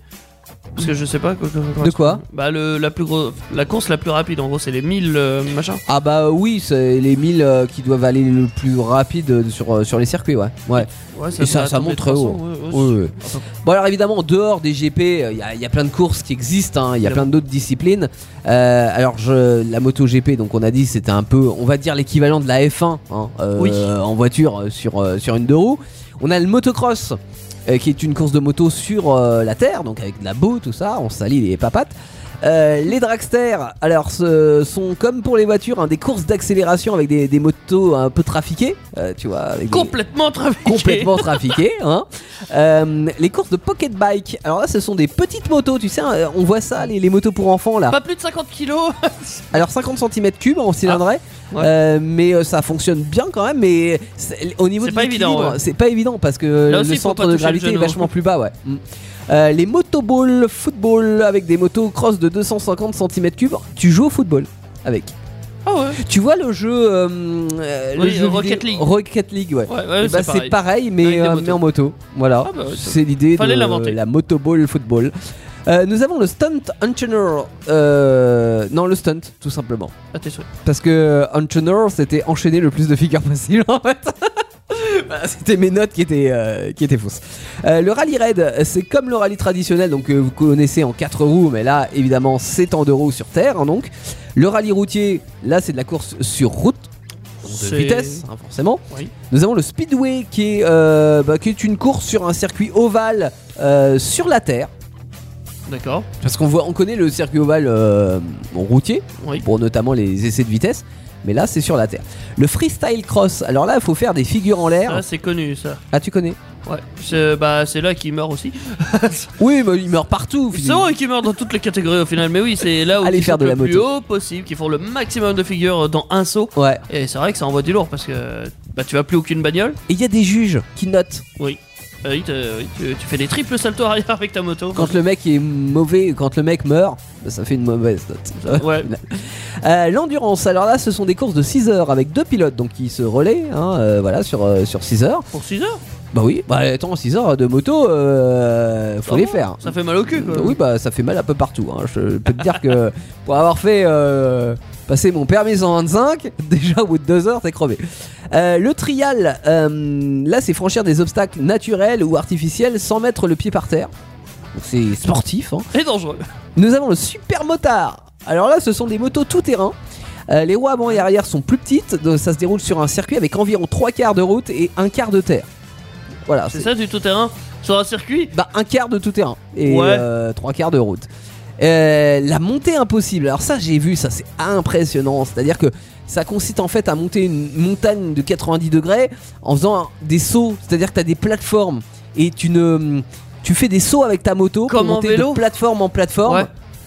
[SPEAKER 4] Parce que je sais pas. quoi- quoi- quoi-
[SPEAKER 3] De quoi
[SPEAKER 4] Bah, le, la, plus gros, la course la plus rapide, en gros, c'est les 1000 euh, machins.
[SPEAKER 3] Ah bah oui, c'est les 1000 euh, qui doivent aller le plus rapide euh, sur, euh, sur les circuits, ouais. ouais.
[SPEAKER 4] Ouais,
[SPEAKER 3] Et ça-
[SPEAKER 4] va
[SPEAKER 3] ça
[SPEAKER 4] tomber
[SPEAKER 3] montre
[SPEAKER 4] 300,
[SPEAKER 3] haut.
[SPEAKER 4] ouais, ouais,
[SPEAKER 3] Oui, oui.
[SPEAKER 4] c'est-
[SPEAKER 3] Bon alors évidemment, en dehors des GP, il y, a- y a plein de courses qui existent, hein. il y a
[SPEAKER 4] Évidemment.
[SPEAKER 3] plein d'autres disciplines. Euh, alors je, la moto GP, donc on a dit, c'était un peu, on va dire l'équivalent de la F1 hein, euh,
[SPEAKER 4] Oui.
[SPEAKER 3] en voiture euh, sur, euh, sur une deux roues. On a le motocross. euh, qui est une course de moto sur euh, la terre, donc avec de la boue, tout ça, on salit les papates. Euh, les dragsters, alors, ce sont comme pour les voitures, hein, des courses d'accélération avec des, des motos un peu trafiquées, euh, tu vois. Avec des-
[SPEAKER 4] Complètement trafiqué.
[SPEAKER 3] complètement trafiqué. Hein. Euh, les courses de pocket bike. Alors là, ce sont des petites motos, tu sais, euh, on voit ça, les, les motos pour enfants là.
[SPEAKER 4] Pas plus de 50 kilos.
[SPEAKER 3] Alors 50 cm3 en cylindré,
[SPEAKER 4] Ah, ouais.
[SPEAKER 3] Euh, mais euh, ça fonctionne bien quand même. Mais c'est- au niveau
[SPEAKER 4] C'est
[SPEAKER 3] de
[SPEAKER 4] pas
[SPEAKER 3] l'équilibre,
[SPEAKER 4] évident, ouais.
[SPEAKER 3] c'est pas évident parce que
[SPEAKER 4] Là aussi,
[SPEAKER 3] le
[SPEAKER 4] faut
[SPEAKER 3] centre
[SPEAKER 4] pas
[SPEAKER 3] de
[SPEAKER 4] toucher le
[SPEAKER 3] gravité est
[SPEAKER 4] genou.
[SPEAKER 3] vachement plus bas, ouais. Mm. Euh, les motoballs football avec des motos cross de 250 cm3, tu joues au football avec.
[SPEAKER 4] Ah ouais.
[SPEAKER 3] Tu vois le jeu, euh, euh, le
[SPEAKER 4] Oui,
[SPEAKER 3] jeu
[SPEAKER 4] Rocket
[SPEAKER 3] vidéo-
[SPEAKER 4] League.
[SPEAKER 3] Rocket League, ouais.
[SPEAKER 4] Ouais, ouais,
[SPEAKER 3] Eh ben,
[SPEAKER 4] c'est pareil.
[SPEAKER 3] mais,
[SPEAKER 4] Avec des
[SPEAKER 3] euh,
[SPEAKER 4] motos.
[SPEAKER 3] mais en moto. Voilà,
[SPEAKER 4] Ah bah ouais, ça-
[SPEAKER 3] c'est l'idée
[SPEAKER 4] fallait
[SPEAKER 3] de
[SPEAKER 4] l'inventer.
[SPEAKER 3] la motoball football. Euh, nous avons le stunt enchaîneur. Euh, non, le stunt, tout simplement.
[SPEAKER 4] Ah, t'es sûr.
[SPEAKER 3] Parce que euh, enchaîneur, c'était enchaîner le plus de figures possible, en fait. Voilà, C'était mes notes qui étaient, euh, qui étaient fausses. Euh, le rallye raid, c'est comme le rallye traditionnel, donc que vous connaissez en 4 roues, mais là évidemment c'est en 2 roues sur terre. hein, donc le rallye routier, là c'est de la course sur route, donc de
[SPEAKER 4] C'est-
[SPEAKER 3] vitesse, hein, forcément.
[SPEAKER 4] Oui.
[SPEAKER 3] Nous avons le speedway qui est, euh, bah, qui est une course sur un circuit ovale euh, sur la terre.
[SPEAKER 4] D'accord.
[SPEAKER 3] Parce qu'on voit, on connaît le circuit ovale euh, bon, routier,
[SPEAKER 4] Oui.
[SPEAKER 3] pour notamment les essais de vitesse, mais là c'est sur la terre. Le freestyle cross, alors là il faut faire des figures en l'air.
[SPEAKER 4] Ça, c'est connu, ça.
[SPEAKER 3] Ah tu connais
[SPEAKER 4] Ouais. C'est, bah, c'est là qu'il meurt aussi.
[SPEAKER 3] Oui, mais il meurt partout.
[SPEAKER 4] c'est
[SPEAKER 3] finalement.
[SPEAKER 4] vrai qu'il meurt dans toutes les catégories au final. Mais oui, c'est là où
[SPEAKER 3] Allez
[SPEAKER 4] ils
[SPEAKER 3] faire
[SPEAKER 4] sautent
[SPEAKER 3] de la
[SPEAKER 4] le plus
[SPEAKER 3] moto.
[SPEAKER 4] haut possible, qu'ils font le maximum de figures dans un saut.
[SPEAKER 3] Ouais.
[SPEAKER 4] Et c'est vrai que ça envoie du lourd parce que bah, tu vas plus aucune bagnole.
[SPEAKER 3] Et il y a des juges qui notent
[SPEAKER 4] Oui. Euh, oui, t'as- oui, tu, tu fais des triples saltos arrière avec ta moto.
[SPEAKER 3] quand le mec est mauvais, quand le mec meurt, bah, ça fait une mauvaise note.
[SPEAKER 4] Ouais.
[SPEAKER 3] Euh, L'endurance, alors là ce sont des courses de 6 heures avec deux pilotes donc qui se relaient hein, euh, voilà, sur, euh, sur 6 heures.
[SPEAKER 4] Pour 6 heures
[SPEAKER 3] Bah oui, bah attends, 6 heures de moto, euh, faut
[SPEAKER 4] Ah
[SPEAKER 3] les
[SPEAKER 4] bon
[SPEAKER 3] faire.
[SPEAKER 4] Ça fait mal au cul, quoi.
[SPEAKER 3] Oui, bah ça fait mal un peu partout. hein. Je peux te dire que pour avoir fait euh, passer mon permis 125, déjà au bout de 2 heures, t'es crevé. Euh, le trial, euh, là c'est franchir des obstacles naturels ou artificiels sans mettre le pied par terre. Donc, C'est sportif. hein.
[SPEAKER 4] Et dangereux.
[SPEAKER 3] Nous avons le super motard. Alors là, ce sont des motos tout-terrain. Euh, les roues avant et arrière sont plus petites, donc ça se déroule sur un circuit avec environ 3 quarts de route et un quart de terre. Voilà,
[SPEAKER 4] C'est ça du tout-terrain sur un circuit
[SPEAKER 3] bah, un Bah, quart de tout terrain et
[SPEAKER 4] Ouais.
[SPEAKER 3] euh, trois quarts de route. Euh, la montée impossible. Alors ça, j'ai vu, ça c'est impressionnant. C'est-à-dire que ça consiste en fait à monter une montagne de 90 degrés en faisant un- des sauts. C'est-à-dire que t'as des plateformes et tu ne, tu fais des sauts avec ta moto
[SPEAKER 4] Comme en
[SPEAKER 3] pour monter
[SPEAKER 4] vélo
[SPEAKER 3] de plateforme en plateforme.
[SPEAKER 4] Ouais.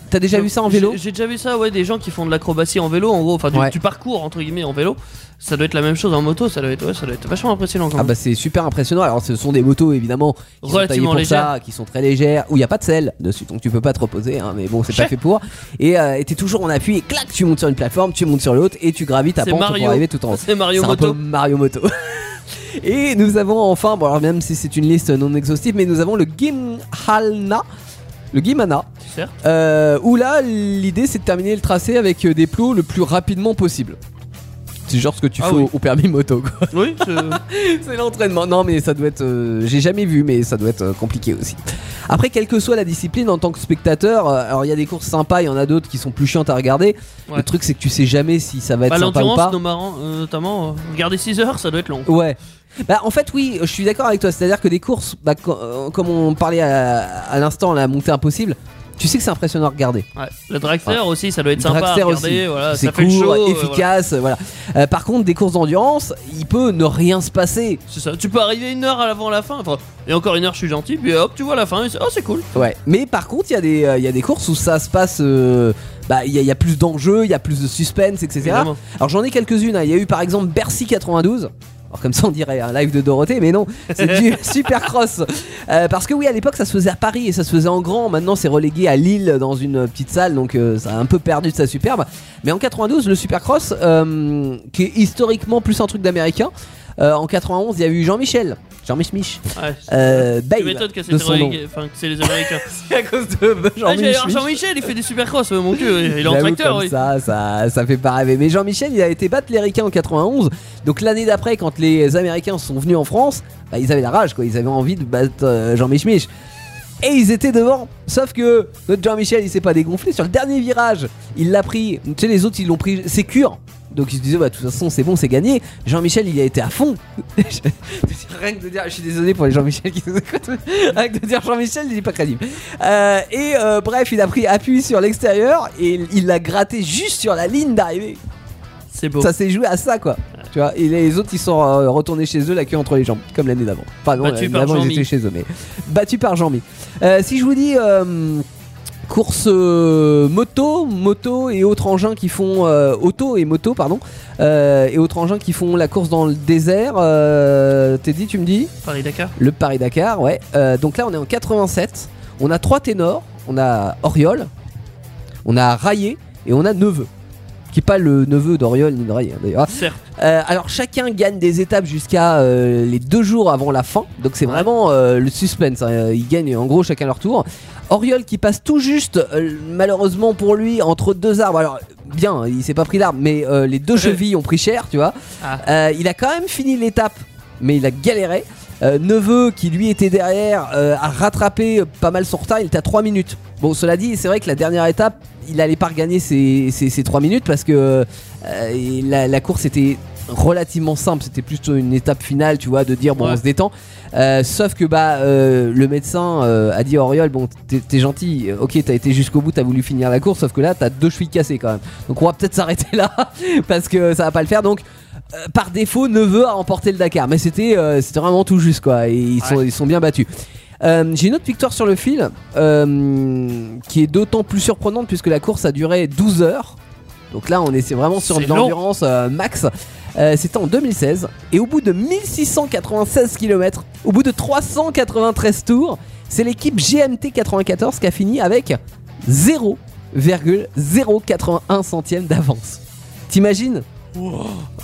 [SPEAKER 3] T'as déjà vu ça en
[SPEAKER 4] J'ai-
[SPEAKER 3] vélo
[SPEAKER 4] J'ai déjà vu ça, ouais, des gens qui font de l'acrobatie en vélo, en gros, enfin, du,
[SPEAKER 3] Ouais.
[SPEAKER 4] du parcours entre guillemets en vélo. Ça doit être la même chose en moto, ça doit être, ouais, ça doit être vachement impressionnant quand
[SPEAKER 3] Ah
[SPEAKER 4] même.
[SPEAKER 3] bah c'est super impressionnant. Alors ce sont des motos évidemment qui sont taillées
[SPEAKER 4] Relativement
[SPEAKER 3] pour
[SPEAKER 4] légères.
[SPEAKER 3] ça, qui sont très légères, où il n'y a pas de selle dessus, donc tu peux pas te reposer. hein, mais bon, c'est pas
[SPEAKER 4] Chef.
[SPEAKER 3] fait pour. Et euh, et t'es toujours en appui et clac, tu montes sur une plateforme, tu montes sur l'autre et tu gravites à
[SPEAKER 4] C'est
[SPEAKER 3] pente pour
[SPEAKER 4] Mario.
[SPEAKER 3] arriver tout en haut.
[SPEAKER 4] C'est Mario
[SPEAKER 3] C'est un peu
[SPEAKER 4] Moto.
[SPEAKER 3] Mario Moto. Et nous avons enfin, bon alors même si c'est une liste non exhaustive, mais nous avons le Gimhalna, le Gimana,
[SPEAKER 4] Certes.
[SPEAKER 3] euh, où là l'idée c'est de terminer le tracé avec euh, des plots le plus rapidement possible. C'est genre ce que tu
[SPEAKER 4] Ah
[SPEAKER 3] fais au-
[SPEAKER 4] oui.
[SPEAKER 3] au permis moto. quoi.
[SPEAKER 4] Oui, c'est-
[SPEAKER 3] C'est l'entraînement. Non, mais ça doit être. euh, J'ai jamais vu, mais ça doit être euh, compliqué aussi. Après, quelle que soit la discipline, en tant que spectateur, euh, alors il y a des courses sympas, il y en a d'autres qui sont plus chiantes à regarder.
[SPEAKER 4] Ouais.
[SPEAKER 3] Le truc, c'est que tu sais jamais si ça va être
[SPEAKER 4] Bah,
[SPEAKER 3] sympa ou
[SPEAKER 4] l'endurance,
[SPEAKER 3] pas.
[SPEAKER 4] nos marins, euh, notamment, euh, garder 6 heures, ça doit être long.
[SPEAKER 3] Ouais. Bah en fait oui, je suis d'accord avec toi. C'est-à-dire que des courses, bah, co- euh, comme on parlait à, à l'instant, la montée impossible, tu sais que c'est impressionnant à regarder.
[SPEAKER 4] Ouais. Le dragster aussi, ça doit être sympa à
[SPEAKER 3] Oh. Dragster
[SPEAKER 4] regarder,
[SPEAKER 3] aussi.
[SPEAKER 4] voilà,
[SPEAKER 3] c'est
[SPEAKER 4] ça fait le
[SPEAKER 3] court,
[SPEAKER 4] show. euh, voilà.
[SPEAKER 3] efficace, euh, voilà. Euh, par contre, des courses d'endurance, il peut ne rien se passer.
[SPEAKER 4] C'est ça. Tu peux arriver une heure avant la fin, enfin, et encore une heure, je suis gentil, puis hop, tu vois la fin, et c'est- oh, c'est cool.
[SPEAKER 3] Ouais. Mais par contre, il y, a des, euh, il y a des courses où ça se passe. euh, bah, il y, a- il y a plus d'enjeux, il y a plus de suspense, etc.
[SPEAKER 4] Évidemment.
[SPEAKER 3] Alors j'en ai quelques-unes. hein. Il y a eu par exemple Bercy 92. Alors comme ça on dirait un live de Dorothée, mais non, c'est du Supercross. Euh, parce que oui, à l'époque ça se faisait à Paris et ça se faisait en grand. Maintenant c'est relégué à Lille dans une petite salle, donc euh, ça a un peu perdu de sa superbe. Mais en 92, le Supercross, euh, qui est historiquement plus un truc d'américain. euh, en 91, il y a eu Jean-Michel, Jean-Michel Mich,
[SPEAKER 4] Ouais.
[SPEAKER 3] euh,
[SPEAKER 4] Tu
[SPEAKER 3] Bale,
[SPEAKER 4] m'étonnes que c'est
[SPEAKER 3] de son nom.
[SPEAKER 4] les- enfin, que c'est les Américains.
[SPEAKER 3] à cause de
[SPEAKER 4] Ah, j'ai-
[SPEAKER 3] Jean-Michel
[SPEAKER 4] alors, Jean-Michel, il fait des supercross, euh, mon dieu, il est en
[SPEAKER 3] J'avoue,
[SPEAKER 4] tracteur,
[SPEAKER 3] comme
[SPEAKER 4] oui.
[SPEAKER 3] ça, ça, ça fait pas rêver. Mais Jean-Michel, il a été battre les Ricains en 91. Donc l'année d'après, quand les Américains sont venus en France, bah, ils avaient la rage, quoi. Ils avaient envie de battre euh, Jean-Michel. Mich. Et ils étaient devant. Sauf que notre Jean-Michel, il s'est pas dégonflé. Sur le dernier virage, il l'a pris. Tu sais, les autres, ils l'ont pris sécure. Donc ils se disaient, bah, de toute façon, c'est bon, c'est gagné. Jean-Michel, il a été à fond. Rien que de dire, je suis désolé pour les Jean-Michel qui nous écoutent. Rien que de dire Jean-Michel, il est pas crédible. Euh, et euh, bref, il a pris appui sur l'extérieur et il- il l'a gratté juste sur la ligne d'arrivée.
[SPEAKER 4] C'est beau.
[SPEAKER 3] Ça s'est joué à ça, quoi. Tu vois, et les autres, ils sont euh, retournés chez eux, la queue entre les jambes, comme l'année d'avant. Enfin, non,
[SPEAKER 4] Battus
[SPEAKER 3] l'année
[SPEAKER 4] par
[SPEAKER 3] d'avant, ils
[SPEAKER 4] Jean-Mi.
[SPEAKER 3] étaient chez eux, mais battu par Jean-Mi. Euh, si je vous dis euh, course euh, moto, moto et autres engins qui font euh, auto et moto, pardon, euh, et autres engins qui font la course dans le désert, euh, t'es dit, tu me dis
[SPEAKER 4] Paris-Dakar.
[SPEAKER 3] le Paris-Dakar, ouais. Euh, donc là, on est en 87. On a trois ténors. On a Oriol, on a Raillé et on a Neveu. Qui est pas le neveu d'Oriol ni de Raillé, hein, d'ailleurs.
[SPEAKER 4] Certes.
[SPEAKER 3] Euh, alors, chacun gagne des étapes jusqu'à euh, les deux jours avant la fin. Donc, c'est
[SPEAKER 4] Ouais.
[SPEAKER 3] vraiment euh, le suspense. hein. Ils gagnent en gros chacun leur tour. Oriol qui passe tout juste, euh, malheureusement pour lui, entre deux arbres. Alors, bien, hein, il s'est pas pris l'arbre, mais euh, les deux chevilles ont pris cher, tu vois.
[SPEAKER 4] Ah.
[SPEAKER 3] Euh, il a quand même fini l'étape, mais il a galéré. Euh, Neveu, qui lui était derrière, euh, a rattrapé euh, pas mal son retard. Il était à 3 minutes. Bon, cela dit, c'est vrai que la dernière étape, il allait pas regagner ses, ses, ses 3 minutes parce que euh, et la, la course était relativement simple. C'était plutôt une étape finale, tu vois, de dire bon,
[SPEAKER 4] Ouais.
[SPEAKER 3] on se détend. Euh, sauf que bah euh, le médecin euh, a dit à Oriol, bon, t'es- t'es gentil, euh, ok, t'as été jusqu'au bout, t'as voulu finir la course, sauf que là, t'as deux chevilles cassées quand même. Donc on va peut-être s'arrêter là parce que ça va pas le faire. Donc euh, par défaut, Neveu a remporté le Dakar, mais c'était euh, c'était vraiment tout juste quoi. Et ils sont ils sont bien battus. Euh, J'ai une autre victoire sur le fil euh, qui est d'autant plus surprenante puisque la course a duré 12 heures. Donc là, on est c'est vraiment sur
[SPEAKER 4] C'est
[SPEAKER 3] de l'endurance euh, max. Euh, C'était en 2016 et au bout de 1696 km, au bout de 393 tours, c'est l'équipe GMT 94 qui a fini avec 0,081 centième d'avance. T'imagines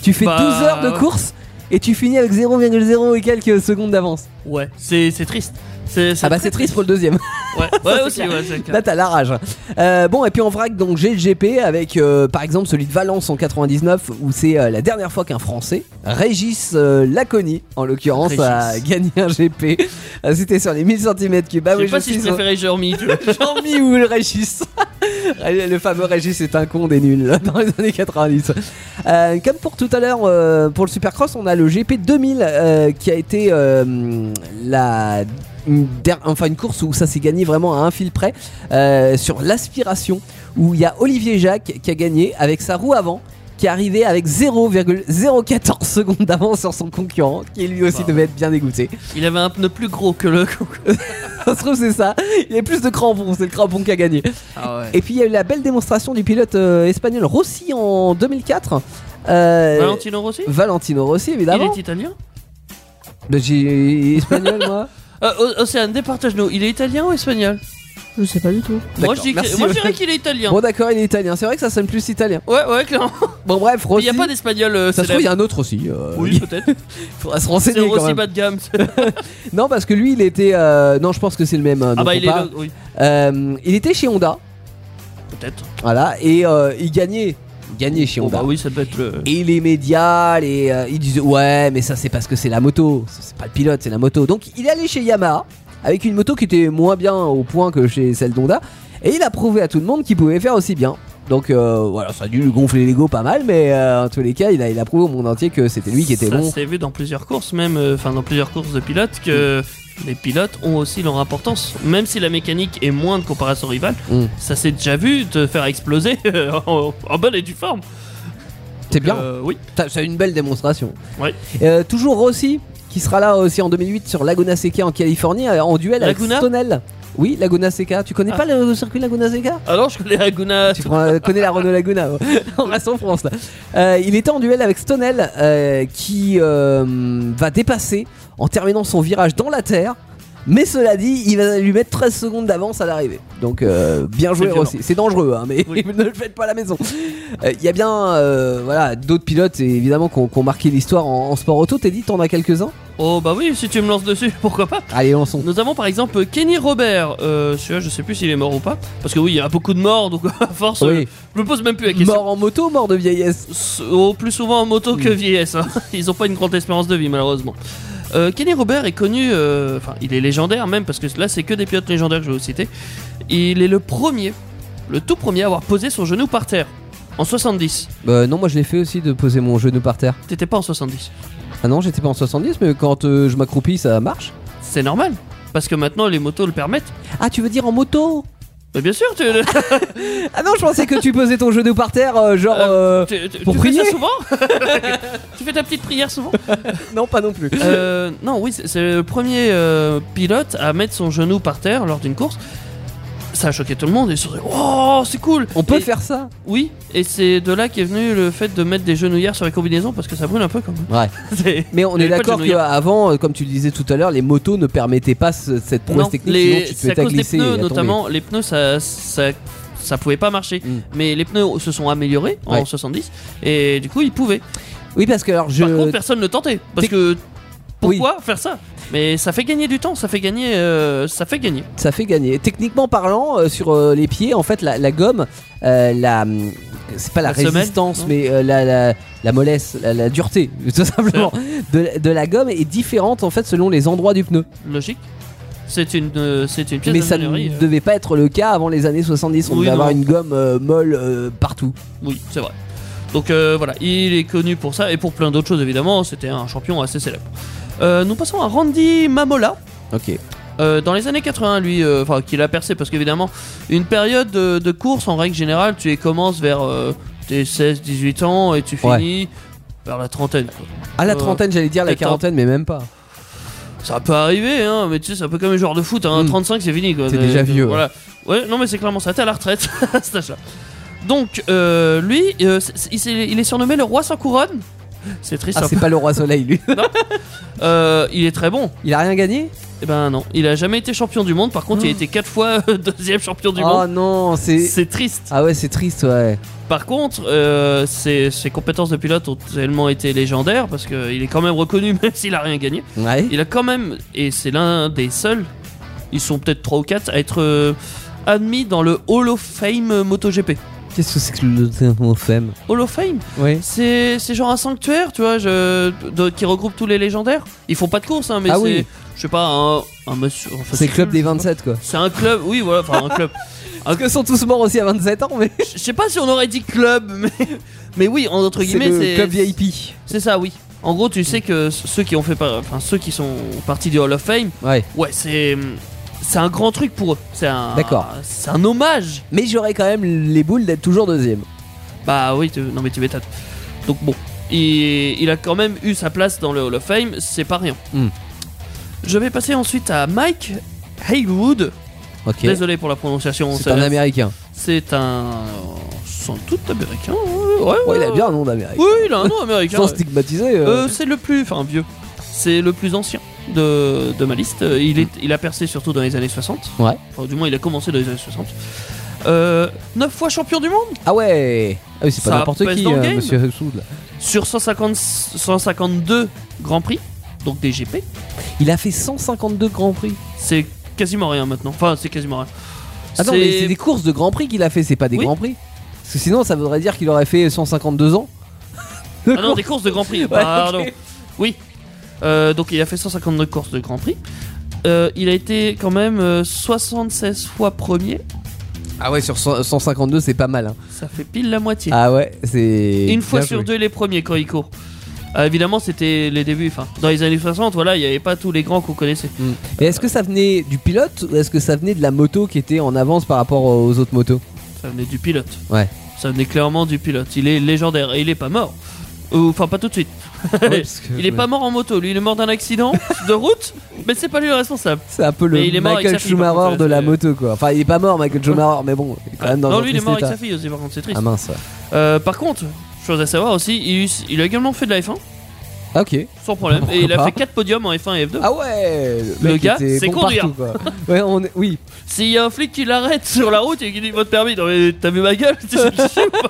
[SPEAKER 3] Tu fais
[SPEAKER 4] Bah,
[SPEAKER 3] 12 heures de
[SPEAKER 4] ouais.
[SPEAKER 3] course et tu finis avec 0,0 et quelques secondes d'avance.
[SPEAKER 4] Ouais, c'est c'est triste. C'est
[SPEAKER 3] Ah bah c'est triste pour le deuxième.
[SPEAKER 4] Ouais, ouais aussi, ouais, c'est clair.
[SPEAKER 3] Là t'as la rage. Euh, bon et puis en vrac donc j'ai le GP avec euh, par exemple celui de Valence en 99 où c'est euh, la dernière fois qu'un Français, Régis euh, Laconi en l'occurrence,
[SPEAKER 4] Régis.
[SPEAKER 3] a gagné un GP. Euh, C'était sur les 1000 cm3. Bah,
[SPEAKER 4] Je
[SPEAKER 3] oui,
[SPEAKER 4] sais pas
[SPEAKER 3] suis
[SPEAKER 4] si je
[SPEAKER 3] sur-
[SPEAKER 4] préférais Jeremy, tu vois.
[SPEAKER 3] Jean-Mi ou le Régis Le fameux Régis est un con des nuls là, dans les années 90. Euh, comme pour tout à l'heure, euh, pour le Supercross, on a le GP 2000 euh, qui a été euh, la une, der- enfin une course où ça s'est gagné vraiment à un fil près euh, sur l'aspiration où il y a Olivier Jacques qui a gagné avec sa roue avant qui est arrivé avec 0,014 secondes d'avance sur son concurrent qui lui aussi
[SPEAKER 4] Wow.
[SPEAKER 3] devait être bien dégoûté.
[SPEAKER 4] Il avait un pneu plus gros que le.
[SPEAKER 3] ça se trouve c'est ça, il y a plus de crampons, c'est le crampon qui a gagné.
[SPEAKER 4] Ah ouais.
[SPEAKER 3] Et puis il y a eu la belle démonstration du pilote euh, espagnol Rossi en 2004. Euh,
[SPEAKER 4] Valentino Rossi
[SPEAKER 3] Valentino Rossi
[SPEAKER 4] Il
[SPEAKER 3] évidemment.
[SPEAKER 4] est italien
[SPEAKER 3] Bah, J'ai espagnol moi.
[SPEAKER 4] euh, O- Océane, départage-nous. Il est italien ou espagnol
[SPEAKER 5] Je sais pas du tout.
[SPEAKER 4] Moi,
[SPEAKER 3] D'accord,
[SPEAKER 4] je dis que-
[SPEAKER 3] merci.
[SPEAKER 4] moi, je dirais qu'il est italien.
[SPEAKER 3] Bon d'accord, il est italien. C'est vrai que ça sonne plus italien.
[SPEAKER 4] Ouais, ouais, clairement.
[SPEAKER 3] Bon bref,
[SPEAKER 4] Il
[SPEAKER 3] Rossi.
[SPEAKER 4] n'y a pas d'espagnol euh,
[SPEAKER 3] Ça se trouve, il y
[SPEAKER 4] célèbre.
[SPEAKER 3] a un autre aussi. euh,
[SPEAKER 4] Oui, peut-être.
[SPEAKER 3] faudra se
[SPEAKER 4] C'est
[SPEAKER 3] renseigner quand
[SPEAKER 4] Rossi
[SPEAKER 3] même.
[SPEAKER 4] bas de gamme.
[SPEAKER 3] Non, parce que lui, il était. euh, Non, je pense que c'est le même. hein,
[SPEAKER 4] Ah
[SPEAKER 3] donc
[SPEAKER 4] bah,
[SPEAKER 3] on
[SPEAKER 4] il est.
[SPEAKER 3] parle.
[SPEAKER 4] le- Oui,
[SPEAKER 3] Euh, il était chez Honda,
[SPEAKER 4] peut-être.
[SPEAKER 3] voilà, et euh, il gagnait. Il hein. gagnait chez
[SPEAKER 4] Bon,
[SPEAKER 3] Honda.
[SPEAKER 4] bah, oui, ça peut être le.
[SPEAKER 3] Et les médias, les, euh, ils disaient ouais, mais ça c'est parce que c'est la moto, Ça, c'est pas le pilote, c'est la moto. Donc il est allé chez Yamaha avec une moto qui était moins bien au point que chez celle d'Honda, et il a prouvé à tout le monde qu'il pouvait faire aussi bien. Donc euh, voilà, ça a dû lui gonfler l'ego pas mal, mais euh, en tous les cas, il a, il a prouvé au monde entier que c'était lui qui était
[SPEAKER 4] ça
[SPEAKER 3] bon.
[SPEAKER 4] s'est vu dans plusieurs courses, même, euh, enfin dans plusieurs courses de pilotes, que
[SPEAKER 3] Mm.
[SPEAKER 4] les pilotes ont aussi leur importance. Même si la mécanique est moindre comparée à son rival,
[SPEAKER 3] Mm.
[SPEAKER 4] ça s'est déjà vu te faire exploser en, en bonne et due forme.
[SPEAKER 3] C'est bien.
[SPEAKER 4] Euh, oui.
[SPEAKER 3] T'as- C'est une belle démonstration.
[SPEAKER 4] Ouais.
[SPEAKER 3] Euh, toujours Rossi, qui sera là aussi en 2008 sur Laguna Seca en Californie, euh, en duel
[SPEAKER 4] Laguna
[SPEAKER 3] avec Stonel. Oui, Laguna Seca. Tu connais
[SPEAKER 4] Ah.
[SPEAKER 3] pas le circuit Laguna Seca
[SPEAKER 4] Alors je connais Aguna.
[SPEAKER 3] Tu prends- euh, connais la Renault Laguna ouais. On reste en France là. Euh, il était en duel avec Stonel euh, qui euh, va dépasser en terminant son virage dans la terre. Mais cela dit, il va lui mettre 13 secondes d'avance à l'arrivée. Donc euh, bien joué
[SPEAKER 4] violent.
[SPEAKER 3] Rossi. C'est dangereux, hein, mais
[SPEAKER 4] Oui.
[SPEAKER 3] ne le faites pas à la maison. Euh, Il y a bien euh, voilà, d'autres pilotes évidemment qui ont, qui ont marqué l'histoire en, en sport auto. T'es dit, t'en as quelques-uns
[SPEAKER 4] Oh bah oui, si tu me lances dessus, pourquoi pas
[SPEAKER 3] Allez, lançons.
[SPEAKER 4] Nous avons par exemple Kenny Robert. Euh, celui-là, je sais plus s'il est mort ou pas. Parce que oui, il y a beaucoup de morts, donc à force, euh,
[SPEAKER 3] Oui.
[SPEAKER 4] je me pose même plus la question.
[SPEAKER 3] Mort en moto, mort de vieillesse.
[SPEAKER 4] S- au- plus souvent en moto que vieillesse. hein. Ils ont pas une grande espérance de vie, malheureusement. Euh, Kenny Robert est connu, euh, enfin, il est légendaire même, parce que là, c'est que des pilotes légendaires que je vais vous citer. Il est le premier, le tout premier à avoir posé son genou par terre. En 70.
[SPEAKER 3] Euh, non, moi je l'ai fait aussi de poser mon genou par terre.
[SPEAKER 4] T'étais pas en 70.
[SPEAKER 3] Ah non, j'étais pas en 70, mais quand euh, je m'accroupis, ça marche.
[SPEAKER 4] C'est normal, parce que maintenant, les motos le permettent.
[SPEAKER 3] Ah, tu veux dire en moto
[SPEAKER 4] Mais bien sûr, tu,
[SPEAKER 3] Ah non, je pensais que tu posais ton genou par terre, euh, genre. euh,
[SPEAKER 4] tu- tu-
[SPEAKER 3] pour
[SPEAKER 4] tu fais ça
[SPEAKER 3] prier
[SPEAKER 4] souvent Tu fais ta petite prière souvent
[SPEAKER 3] Non, pas non plus.
[SPEAKER 4] Euh, non, oui, c'est c'est le premier euh, pilote à mettre son genou par terre lors d'une course. Ça a choqué tout le monde et ils se sont dit, oh, c'est cool.
[SPEAKER 3] On peut
[SPEAKER 4] Et-
[SPEAKER 3] faire ça
[SPEAKER 4] Oui, et c'est de là qu'est venu le fait de mettre des genouillères sur les combinaisons parce que ça brûle un peu quand même.
[SPEAKER 3] Ouais.
[SPEAKER 4] C'est-
[SPEAKER 3] Mais on
[SPEAKER 4] Il y
[SPEAKER 3] est
[SPEAKER 4] avait pas de
[SPEAKER 3] d'accord
[SPEAKER 4] genouillère.
[SPEAKER 3] qu'avant, euh, comme tu le disais tout à l'heure, les motos ne permettaient pas ce- cette prouesse
[SPEAKER 4] Non,
[SPEAKER 3] technique,
[SPEAKER 4] les-
[SPEAKER 3] sinon tu te
[SPEAKER 4] c'est à
[SPEAKER 3] mettais à
[SPEAKER 4] cause des
[SPEAKER 3] glisser. et à
[SPEAKER 4] pneus
[SPEAKER 3] tomber.
[SPEAKER 4] notamment. Les pneus, ça, ça, ça pouvait pas marcher.
[SPEAKER 3] Mm.
[SPEAKER 4] Mais les pneus se sont améliorés en
[SPEAKER 3] Ouais.
[SPEAKER 4] 70 et du coup ils pouvaient.
[SPEAKER 3] Oui, parce que alors je.
[SPEAKER 4] Par contre, personne ne tentait parce
[SPEAKER 3] T'es-
[SPEAKER 4] que pourquoi faire ça Mais ça fait gagner du temps, ça fait gagner, euh, ça fait gagner.
[SPEAKER 3] ça fait gagner. Techniquement parlant, euh, sur euh, les pieds, en fait, la, la gomme, euh, la. hum, C'est pas la,
[SPEAKER 4] La semelle,
[SPEAKER 3] résistance,
[SPEAKER 4] non
[SPEAKER 3] mais euh, la, la, la mollesse, la, la dureté, tout simplement, de, de la gomme est différente en fait selon les endroits du pneu.
[SPEAKER 4] Logique. C'est une, euh, c'est une pièce
[SPEAKER 3] Mais
[SPEAKER 4] de
[SPEAKER 3] ça
[SPEAKER 4] maçonnerie,
[SPEAKER 3] ne
[SPEAKER 4] euh.
[SPEAKER 3] devait pas être le cas avant les années 70. On
[SPEAKER 4] Oui,
[SPEAKER 3] devait
[SPEAKER 4] non.
[SPEAKER 3] avoir une gomme euh, molle euh, partout.
[SPEAKER 4] Oui, c'est vrai. Donc euh, voilà, il est connu pour ça et pour plein d'autres choses évidemment. C'était un champion assez célèbre. Euh, nous passons à Randy Mamola.
[SPEAKER 3] Ok.
[SPEAKER 4] Euh, dans les années 80, lui, euh, enfin, qu'il a percé, parce qu'évidemment, une période de, de course, en règle générale, tu les commences vers euh, tes 16-18 ans et tu
[SPEAKER 3] Ouais.
[SPEAKER 4] finis vers la trentaine. quoi.
[SPEAKER 3] À la
[SPEAKER 4] Euh,
[SPEAKER 3] trentaine, j'allais dire la
[SPEAKER 4] peut-être un-
[SPEAKER 3] quarantaine, mais même pas.
[SPEAKER 4] Ça peut arriver, hein, mais tu sais, c'est un peu comme les joueurs de foot, hein,
[SPEAKER 3] Mm.
[SPEAKER 4] 35 c'est fini quoi.
[SPEAKER 3] C'est
[SPEAKER 4] Euh,
[SPEAKER 3] déjà vieux, hein.
[SPEAKER 4] Voilà. Ouais, non mais c'est clairement ça, t'es à la retraite à cet âge-là. Donc, euh, lui, euh, c'est- c'est- il, s'est- il est surnommé le roi sans couronne. C'est triste,
[SPEAKER 3] Ah,
[SPEAKER 4] hein.
[SPEAKER 3] c'est pas le roi soleil, lui.
[SPEAKER 4] Euh, il est très bon.
[SPEAKER 3] Il a rien gagné
[SPEAKER 4] Eh ben non, il a jamais été champion du monde, par contre, il a été 4 fois euh, deuxième champion du
[SPEAKER 3] Oh
[SPEAKER 4] monde.
[SPEAKER 3] non, Ah. c'est.
[SPEAKER 4] C'est triste.
[SPEAKER 3] Ah ouais, c'est triste, ouais.
[SPEAKER 4] Par contre, euh, ses, ses compétences de pilote ont tellement été légendaires parce qu'il est quand même reconnu, même s'il a rien gagné.
[SPEAKER 3] Ouais.
[SPEAKER 4] Il a quand même, et c'est l'un des seuls, ils sont peut-être 3 ou 4, à être euh, admis dans le Hall of Fame euh, MotoGP.
[SPEAKER 3] Qu'est-ce que c'est que le femme
[SPEAKER 4] Hall of Fame
[SPEAKER 3] Oui.
[SPEAKER 4] C'est c'est genre un sanctuaire, tu vois, je, de- qui regroupe tous les légendaires. Ils font pas de course, hein, mais
[SPEAKER 3] Ah
[SPEAKER 4] c'est,
[SPEAKER 3] oui.
[SPEAKER 4] je sais pas, un, un monsieur. enfin,
[SPEAKER 3] C'est le club des
[SPEAKER 4] je sais pas. Ah,
[SPEAKER 3] 27, quoi.
[SPEAKER 4] C'est un club, oui, voilà, enfin un club.
[SPEAKER 3] Parce que sont tous morts aussi à 27 ans, mais.
[SPEAKER 4] Je je sais pas si on aurait dit club, mais, mais oui, entre
[SPEAKER 3] C'est
[SPEAKER 4] guillemets,
[SPEAKER 3] le
[SPEAKER 4] c'est.
[SPEAKER 3] club VIP.
[SPEAKER 4] C'est ça, oui. En gros, tu sais que c- ceux qui ont fait, par- enfin ceux qui sont partis du Hall of Fame,
[SPEAKER 3] Ouais.
[SPEAKER 4] ouais, c'est hum, c'est un grand truc pour eux. C'est un
[SPEAKER 3] D'accord.
[SPEAKER 4] C'est un hommage.
[SPEAKER 3] Mais j'aurais quand même les boules d'être toujours deuxième.
[SPEAKER 4] Bah oui, tu- non mais tu m'étonnes. Donc bon, il, il a quand même eu sa place dans le Hall of Fame, c'est pas rien.
[SPEAKER 3] Hmm.
[SPEAKER 4] Je vais passer ensuite à Mike Haywood.
[SPEAKER 3] Ok.
[SPEAKER 4] Désolé pour la prononciation.
[SPEAKER 3] C'est
[SPEAKER 4] ça-
[SPEAKER 3] un américain.
[SPEAKER 4] C'est un. Sans doute américain. Ouais, ouais,
[SPEAKER 3] Ouais, il a
[SPEAKER 4] ouais.
[SPEAKER 3] bien un nom d'américain.
[SPEAKER 4] Oui, il a un nom américain.
[SPEAKER 3] Sans
[SPEAKER 4] ouais.
[SPEAKER 3] stigmatiser. euh,
[SPEAKER 4] Euh, c'est le plus. Enfin, vieux. C'est le plus ancien de, de ma liste. Euh, Il, est, il a percé surtout dans les années 60.
[SPEAKER 3] Mm. Ouais.
[SPEAKER 4] Enfin, du moins, il a commencé dans les années 60. Euh, 9 fois champion du monde
[SPEAKER 3] Ah ouais Ah oui, c'est
[SPEAKER 4] ça
[SPEAKER 3] pas n'importe
[SPEAKER 4] pèse
[SPEAKER 3] qui,
[SPEAKER 4] dans le
[SPEAKER 3] euh,
[SPEAKER 4] game.
[SPEAKER 3] monsieur Hugsoud, là.
[SPEAKER 4] sur 150, 152 Grands Prix, donc des GP.
[SPEAKER 3] Il a fait 152 Grands Prix.
[SPEAKER 4] C'est quasiment rien maintenant. Enfin, c'est quasiment rien.
[SPEAKER 3] Attends,
[SPEAKER 4] C'est-
[SPEAKER 3] Ah mais c'est des courses de Grand Prix qu'il a fait, c'est pas des
[SPEAKER 4] Oui.
[SPEAKER 3] Grands Prix. Parce que sinon, ça voudrait dire qu'il aurait fait 152 ans. De
[SPEAKER 4] Ah non,
[SPEAKER 3] courses.
[SPEAKER 4] des courses de Grand Prix,
[SPEAKER 3] Ouais,
[SPEAKER 4] pardon.
[SPEAKER 3] ok.
[SPEAKER 4] Oui. Euh, donc il a fait 152 courses de Grand Prix. Euh, il a été quand même euh, 76 fois premier.
[SPEAKER 3] Ah ouais, sur 100 152, c'est pas mal. hein.
[SPEAKER 4] Ça fait pile la moitié.
[SPEAKER 3] Ah ouais, c'est.
[SPEAKER 4] Une fois
[SPEAKER 3] bien
[SPEAKER 4] sur
[SPEAKER 3] joué.
[SPEAKER 4] deux, les premiers quand il court. Ah, évidemment, c'était les débuts. Enfin, dans les années 60, voilà, il n'y avait pas tous les grands qu'on connaissait.
[SPEAKER 3] Mm. Et est-ce que ça venait du pilote ou est-ce que ça venait de la moto qui était en avance par rapport aux autres motos
[SPEAKER 4] Ça venait du pilote.
[SPEAKER 3] Ouais.
[SPEAKER 4] Ça venait clairement du pilote. Il est légendaire et il est pas mort. Ou, Enfin, pas tout de suite.
[SPEAKER 3] Ouais, parce que-
[SPEAKER 4] Il est pas mort en moto, lui il est mort d'un accident de route, mais c'est pas lui le responsable.
[SPEAKER 3] C'est un peu le
[SPEAKER 4] Mais il est mort avec
[SPEAKER 3] Michael
[SPEAKER 4] sa fille, par
[SPEAKER 3] Schumacher
[SPEAKER 4] contre,
[SPEAKER 3] de la
[SPEAKER 4] c'est-
[SPEAKER 3] moto quoi. Enfin, il est pas mort, Michael Schumacher, mais bon, il est quand même dans
[SPEAKER 4] non,
[SPEAKER 3] un
[SPEAKER 4] lui il est
[SPEAKER 3] triste
[SPEAKER 4] mort avec
[SPEAKER 3] état.
[SPEAKER 4] sa fille aussi, par contre, c'est triste.
[SPEAKER 3] Ah mince. ouais.
[SPEAKER 4] Euh, par contre, chose à savoir aussi, il, il a également fait de la F1,
[SPEAKER 3] Ah, ok.
[SPEAKER 4] sans problème,
[SPEAKER 3] Pourquoi
[SPEAKER 4] et il a
[SPEAKER 3] pas
[SPEAKER 4] fait 4 podiums en F1 et F2.
[SPEAKER 3] Ah ouais
[SPEAKER 4] Le
[SPEAKER 3] mec
[SPEAKER 4] gars
[SPEAKER 3] était
[SPEAKER 4] sait
[SPEAKER 3] bon
[SPEAKER 4] conduire.
[SPEAKER 3] partout, quoi. Ouais, on est- Oui,
[SPEAKER 4] S'il y a un flic qui l'arrête sur la route et qui dit votre permis, non mais t'as vu ma gueule Tu sais, je sais pas.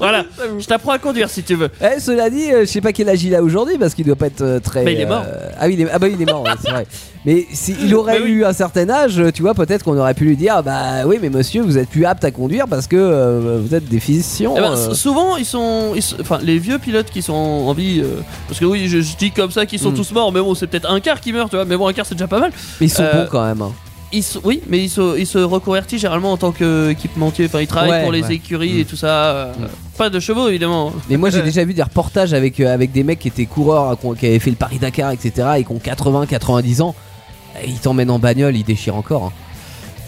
[SPEAKER 4] Voilà, je t'apprends à conduire si tu veux.
[SPEAKER 3] Eh, cela dit, euh, je sais pas quel âge il a aujourd'hui parce qu'il doit pas être euh, très.
[SPEAKER 4] Mais il est mort.
[SPEAKER 3] euh, Ah oui, il est... ah bah il est mort, ouais, c'est vrai. Mais s'il aurait
[SPEAKER 4] Mais oui.
[SPEAKER 3] eu un certain âge, euh, tu vois, peut-être qu'on aurait pu lui dire, bah oui, mais monsieur, vous êtes plus apte à conduire parce que euh, vous êtes déficient.
[SPEAKER 4] Eh ben,
[SPEAKER 3] euh.
[SPEAKER 4] s- souvent, ils sont, ils sont- Enfin, les vieux pilotes qui sont en vie. euh, parce que oui, je, je dis comme ça qu'ils sont
[SPEAKER 3] Mm.
[SPEAKER 4] tous morts, mais bon, c'est peut-être un quart qui meurt, tu vois. Mais bon, un quart, c'est déjà pas mal.
[SPEAKER 3] Mais ils sont
[SPEAKER 4] euh,
[SPEAKER 3] bons quand même. hein.
[SPEAKER 4] Ils sont- oui, mais ils se, ils se reconvertissent généralement en tant qu'équipementier. Enfin, ils travaillent
[SPEAKER 3] Ouais,
[SPEAKER 4] pour les
[SPEAKER 3] ouais.
[SPEAKER 4] écuries
[SPEAKER 3] Mm.
[SPEAKER 4] et tout ça. euh,
[SPEAKER 3] Mm.
[SPEAKER 4] Pas de chevaux, évidemment.
[SPEAKER 3] Mais moi j'ai
[SPEAKER 4] Euh.
[SPEAKER 3] déjà vu des reportages avec, euh, avec des mecs qui étaient coureurs, hein, qu'on- qui avaient fait le Paris-Dakar, etc. et qui ont 80-90 ans. Et ils t'emmènent en bagnole, ils déchirent encore. hein.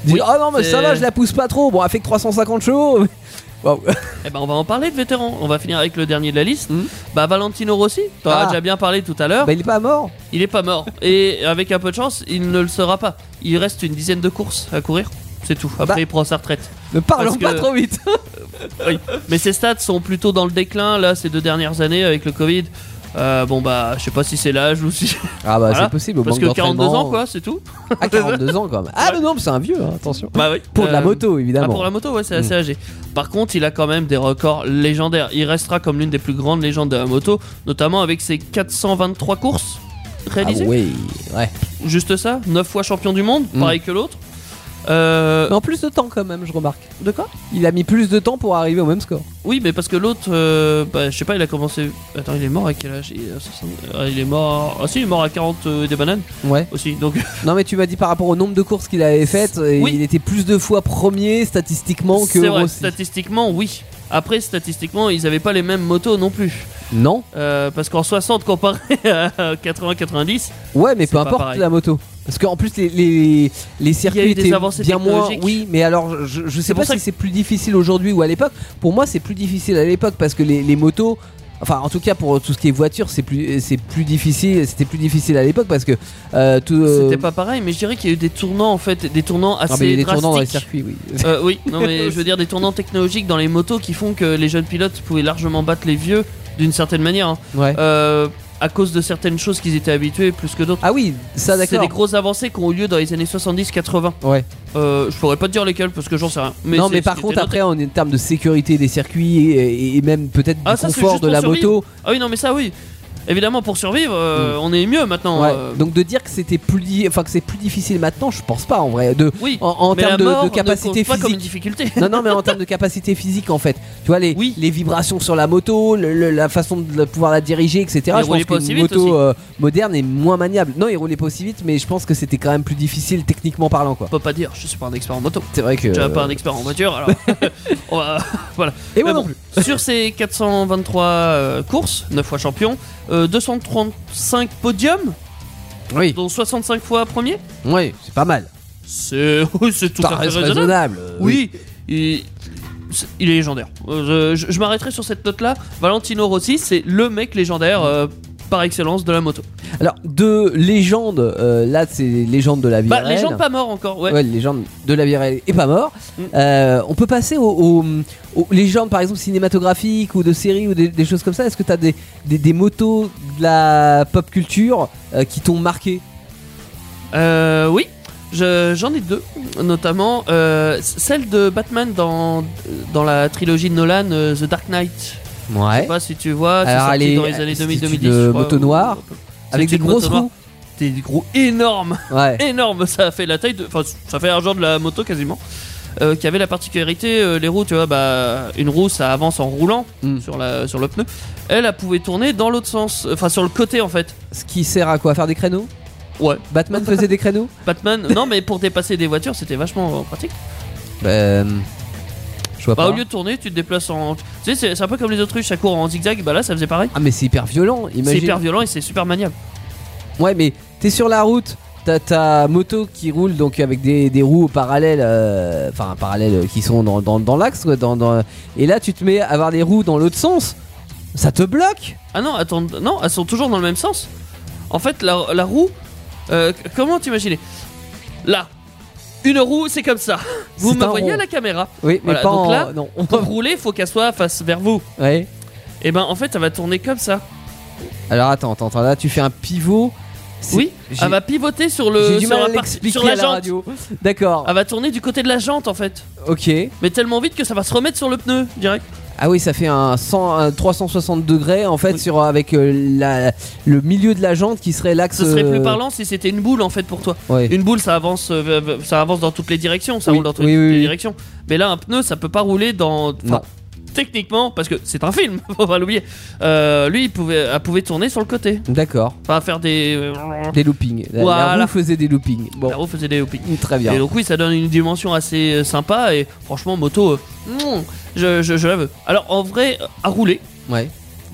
[SPEAKER 3] Ils disent,
[SPEAKER 4] Oui,
[SPEAKER 3] Ah non, mais ça
[SPEAKER 4] c'est-
[SPEAKER 3] va, je la pousse pas trop. Bon, elle fait que 350 chevaux. Waouh.
[SPEAKER 4] Eh ben, on va en parler de vétérans. On va finir avec le dernier de la liste.
[SPEAKER 3] Mm.
[SPEAKER 4] Bah, Valentino Rossi, t'en
[SPEAKER 3] Ah.
[SPEAKER 4] as déjà bien parlé tout à l'heure.
[SPEAKER 3] Bah, il est pas mort.
[SPEAKER 4] Il est pas mort. et avec un peu de chance, il ne le sera pas. Il reste une dizaine de courses à courir. C'est tout. Après,
[SPEAKER 3] Bah.
[SPEAKER 4] il prend sa retraite.
[SPEAKER 3] Ne parlons
[SPEAKER 4] Parce que-
[SPEAKER 3] pas trop vite.
[SPEAKER 4] Mais ses stats sont plutôt dans le déclin là ces deux dernières années avec le Covid. Euh, bon bah je sais pas si c'est l'âge ou si
[SPEAKER 3] Ah bah
[SPEAKER 4] Voilà.
[SPEAKER 3] c'est possible. Au
[SPEAKER 4] parce que
[SPEAKER 3] manque
[SPEAKER 4] 42
[SPEAKER 3] d'entraînement.
[SPEAKER 4] ans quoi c'est tout.
[SPEAKER 3] Ah 42 ans quand même. Ah mais non, mais c'est un vieux, hein, attention.
[SPEAKER 4] Bah oui.
[SPEAKER 3] Pour de la
[SPEAKER 4] Euh,
[SPEAKER 3] moto
[SPEAKER 4] ah,
[SPEAKER 3] évidemment. Mm.
[SPEAKER 4] pour la moto ouais c'est assez âgé. Par contre il a quand même des records légendaires. Il restera comme l'une des plus grandes légendes de la moto, notamment avec ses 423 courses
[SPEAKER 3] ah
[SPEAKER 4] réalisées.
[SPEAKER 3] oui, ouais.
[SPEAKER 4] Juste ça, 9 fois champion du monde,
[SPEAKER 3] Mm.
[SPEAKER 4] pareil que l'autre. Euh,
[SPEAKER 3] Mais en plus de temps quand même, je remarque. De quoi Il a mis plus de temps pour arriver au même score.
[SPEAKER 4] Oui, mais parce que l'autre, euh, bah, je sais pas, il a commencé. Attends, il est mort à quel âge il, est à 60 Ah, il est mort. Ah si, il est mort à 40 euh, des bananes
[SPEAKER 3] Ouais.
[SPEAKER 4] aussi. Donc
[SPEAKER 3] Non mais tu m'as dit par rapport au nombre de courses qu'il avait faites, euh,
[SPEAKER 4] Oui.
[SPEAKER 3] il était plus de fois premier statistiquement que
[SPEAKER 4] C'est vrai,
[SPEAKER 3] Rossi.
[SPEAKER 4] statistiquement, oui. Après, statistiquement, ils avaient pas les mêmes motos non plus.
[SPEAKER 3] Non
[SPEAKER 4] Euh, parce qu'en 60, comparé à 80-90,
[SPEAKER 3] Ouais, mais
[SPEAKER 4] C'est
[SPEAKER 3] peu
[SPEAKER 4] pas
[SPEAKER 3] importe
[SPEAKER 4] pareil.
[SPEAKER 3] la moto. Parce qu'en plus les, les, les circuits
[SPEAKER 4] Il y a eu des
[SPEAKER 3] étaient
[SPEAKER 4] avancées
[SPEAKER 3] bien moins.
[SPEAKER 4] technologiques.
[SPEAKER 3] Oui, mais alors je, je sais
[SPEAKER 4] C'est
[SPEAKER 3] pas
[SPEAKER 4] pour ça
[SPEAKER 3] si
[SPEAKER 4] que-
[SPEAKER 3] c'est plus difficile aujourd'hui ou à l'époque. Pour moi, c'est plus difficile à l'époque parce que les, les motos. Enfin, en tout cas, pour tout ce qui est voiture, c'est plus, c'est plus difficile. C'était plus difficile à l'époque parce que euh, tout. euh,
[SPEAKER 4] c'était pas pareil. Mais je dirais qu'il y a eu des tournants, en fait, des tournants assez
[SPEAKER 3] non, mais il y a des
[SPEAKER 4] drastiques.
[SPEAKER 3] tournants dans les circuits, oui.
[SPEAKER 4] Euh, oui, non, mais je veux dire des tournants technologiques dans les motos qui font que les jeunes pilotes pouvaient largement battre les vieux d'une certaine manière. hein.
[SPEAKER 3] ouais.
[SPEAKER 4] Euh, à cause de certaines choses qu'ils étaient habitués plus que d'autres.
[SPEAKER 3] ah oui, ça
[SPEAKER 4] C'est
[SPEAKER 3] d'accord.
[SPEAKER 4] des grosses avancées qui ont eu lieu dans les années 70-80.
[SPEAKER 3] Ouais.
[SPEAKER 4] Euh, je pourrais pas te dire lesquelles parce que j'en sais rien. Mais
[SPEAKER 3] non,
[SPEAKER 4] c'est
[SPEAKER 3] mais
[SPEAKER 4] ce
[SPEAKER 3] par
[SPEAKER 4] qui
[SPEAKER 3] contre,
[SPEAKER 4] était noté.
[SPEAKER 3] après, en termes de sécurité des circuits et, et même peut-être
[SPEAKER 4] Ah,
[SPEAKER 3] du
[SPEAKER 4] ça, c'est
[SPEAKER 3] confort
[SPEAKER 4] juste
[SPEAKER 3] de
[SPEAKER 4] pour
[SPEAKER 3] la
[SPEAKER 4] survivre.
[SPEAKER 3] moto.
[SPEAKER 4] Ah oui, non, mais ça, oui. Évidemment, pour survivre, euh, on est mieux maintenant.
[SPEAKER 3] Mm. ouais.
[SPEAKER 4] euh,
[SPEAKER 3] Donc de dire que c'était plus, di- enfin que c'est plus difficile maintenant, je pense pas en vrai. De
[SPEAKER 4] oui,
[SPEAKER 3] en, en
[SPEAKER 4] mais la
[SPEAKER 3] termes de, de
[SPEAKER 4] mort ne
[SPEAKER 3] capacité
[SPEAKER 4] compte pas comme une
[SPEAKER 3] physique.
[SPEAKER 4] difficulté.
[SPEAKER 3] Non, non, mais en termes de capacité physique, en fait. Tu vois, les,
[SPEAKER 4] Oui.
[SPEAKER 3] les vibrations sur la moto, le- le- la façon de pouvoir la diriger, etc.
[SPEAKER 4] roulait
[SPEAKER 3] je pense
[SPEAKER 4] pas aussi
[SPEAKER 3] qu'une
[SPEAKER 4] vite
[SPEAKER 3] moto
[SPEAKER 4] aussi.
[SPEAKER 3] euh, moderne est moins maniable. Non, il roulait pas aussi vite, mais je pense que c'était quand même plus difficile techniquement parlant, quoi.
[SPEAKER 4] On peut pas dire, je suis pas un expert en moto.
[SPEAKER 3] C'est vrai que.
[SPEAKER 4] Je suis pas un expert en voiture, alors. on va-
[SPEAKER 3] Et Euh,
[SPEAKER 4] Mais
[SPEAKER 3] moi
[SPEAKER 4] bon,
[SPEAKER 3] non plus.
[SPEAKER 4] Sur ces 423 euh, courses, 9 fois champion, euh, 235 podiums,
[SPEAKER 3] Oui,
[SPEAKER 4] dont 65 fois premier.
[SPEAKER 3] oui, c'est pas mal.
[SPEAKER 4] C'est oui, c'est tout
[SPEAKER 3] Ça
[SPEAKER 4] à fait
[SPEAKER 3] reste
[SPEAKER 4] raisonnable.
[SPEAKER 3] raisonnable. euh,
[SPEAKER 4] Oui, il, c'est- il est légendaire. Euh, je je m'arrêterai sur cette note-là. Valentino Rossi, c'est le mec légendaire euh, par excellence de la moto.
[SPEAKER 3] Alors, de légende, euh, là c'est légende de la vie
[SPEAKER 4] Bah,
[SPEAKER 3] réelle.
[SPEAKER 4] légende pas mort encore, ouais.
[SPEAKER 3] Ouais, légende de la vie réelle est pas mort.
[SPEAKER 4] Mm.
[SPEAKER 3] Euh, on peut passer aux, aux- aux légendes, par exemple, cinématographiques ou de séries ou des, des choses comme ça. Est-ce que t'as des, des, des motos de la pop culture euh, qui t'ont marqué
[SPEAKER 4] Euh, oui, je- j'en ai deux, notamment euh, c- celle de Batman dans, dans la trilogie de Nolan, euh, The Dark Knight. Je
[SPEAKER 3] Ouais.
[SPEAKER 4] sais pas si tu vois, c'est
[SPEAKER 3] Alors,
[SPEAKER 4] sorti
[SPEAKER 3] elle est-
[SPEAKER 4] dans les années
[SPEAKER 3] c'est
[SPEAKER 4] 2000
[SPEAKER 3] une
[SPEAKER 4] 2010 je crois,
[SPEAKER 3] moto
[SPEAKER 4] ou-
[SPEAKER 3] noire, Avec
[SPEAKER 4] C'est
[SPEAKER 3] des
[SPEAKER 4] une moto
[SPEAKER 3] grosses
[SPEAKER 4] noire.
[SPEAKER 3] roues.
[SPEAKER 4] Des gros énormes,
[SPEAKER 3] Ouais.
[SPEAKER 4] énormes, ça fait la taille de. Enfin, ça fait l'argent de la moto quasiment. euh, qui avait la particularité, euh, les roues, tu vois, bah, une roue ça avance en roulant
[SPEAKER 3] Mm.
[SPEAKER 4] sur, la, sur le pneu. Elle, elle pouvait tourner dans l'autre sens, enfin sur le côté en fait.
[SPEAKER 3] Ce qui sert à quoi Faire des créneaux
[SPEAKER 4] Ouais,
[SPEAKER 3] Batman faisait des créneaux
[SPEAKER 4] Batman, non mais pour dépasser des voitures c'était vachement euh, pratique.
[SPEAKER 3] Bah, euh, je vois
[SPEAKER 4] Bah,
[SPEAKER 3] Ah, pas.
[SPEAKER 4] au lieu de tourner, tu te déplaces en. Tu sais, c'est- c'est un peu comme les autruches, ça court en zigzag, bah là, ça faisait pareil.
[SPEAKER 3] Ah, mais c'est hyper violent, imagine.
[SPEAKER 4] C'est hyper violent et c'est super maniable.
[SPEAKER 3] Ouais, mais t'es sur la route, t'as ta moto qui roule donc avec des, des roues parallèles, euh, enfin parallèles euh, qui sont dans, dans, dans l'axe, quoi, dans, dans- et là tu te mets à avoir les roues dans l'autre sens, ça te bloque
[SPEAKER 4] Ah non, attends, non, elles sont toujours dans le même sens. En fait, la, la roue. euh, c- comment t'imaginer Là, une roue, c'est comme ça. Vous
[SPEAKER 3] C'est
[SPEAKER 4] me
[SPEAKER 3] un
[SPEAKER 4] voyez à
[SPEAKER 3] rond.
[SPEAKER 4] la caméra.
[SPEAKER 3] Oui, mais
[SPEAKER 4] Voilà,
[SPEAKER 3] pas
[SPEAKER 4] donc
[SPEAKER 3] en-
[SPEAKER 4] là-
[SPEAKER 3] non.
[SPEAKER 4] Pour rouler, faut qu'elle soit face vers vous.
[SPEAKER 3] Ouais.
[SPEAKER 4] Et ben, en fait, elle va tourner comme ça.
[SPEAKER 3] Alors attends, attends, attends, là tu fais un pivot. C'est-
[SPEAKER 4] Oui,
[SPEAKER 3] j'ai-
[SPEAKER 4] elle va pivoter sur
[SPEAKER 3] J'ai
[SPEAKER 4] le.
[SPEAKER 3] du
[SPEAKER 4] sur
[SPEAKER 3] mal à
[SPEAKER 4] la partie-
[SPEAKER 3] l'expliquer
[SPEAKER 4] sur la
[SPEAKER 3] à la
[SPEAKER 4] jante. Ah.
[SPEAKER 3] radio. D'accord,
[SPEAKER 4] Elle va tourner du côté de la jante en fait.
[SPEAKER 3] ok.
[SPEAKER 4] Mais tellement vite que ça va se remettre sur le pneu direct.
[SPEAKER 3] Ah oui, ça fait un, 100, un 360 degrés en fait
[SPEAKER 4] Oui.
[SPEAKER 3] sur avec euh, la, le milieu de la jante qui serait l'axe.
[SPEAKER 4] Ce serait plus
[SPEAKER 3] euh,
[SPEAKER 4] parlant si c'était une boule en fait pour toi.
[SPEAKER 3] Ouais.
[SPEAKER 4] Une boule, ça avance, euh, v- ça avance dans toutes les directions, ça
[SPEAKER 3] Oui,
[SPEAKER 4] roule dans toutes
[SPEAKER 3] oui, oui,
[SPEAKER 4] les
[SPEAKER 3] oui.
[SPEAKER 4] directions. Mais là, un pneu, ça peut pas rouler dans. enfin,
[SPEAKER 3] Non.
[SPEAKER 4] Techniquement, parce que c'est un film, faut pas l'oublier. euh, lui, il pouvait, elle pouvait tourner sur le côté,
[SPEAKER 3] D'accord.
[SPEAKER 4] enfin faire des.
[SPEAKER 3] Des loopings. La- La,
[SPEAKER 4] Voilà.
[SPEAKER 3] roue faisait des loopings. Bon,
[SPEAKER 4] La roue faisait des hoppings.
[SPEAKER 3] très bien.
[SPEAKER 4] Et donc oui, ça donne une dimension assez euh, sympa et franchement, moto, euh, mm, je, je- je la veux. Alors en vrai, euh, à rouler,
[SPEAKER 3] Ouais.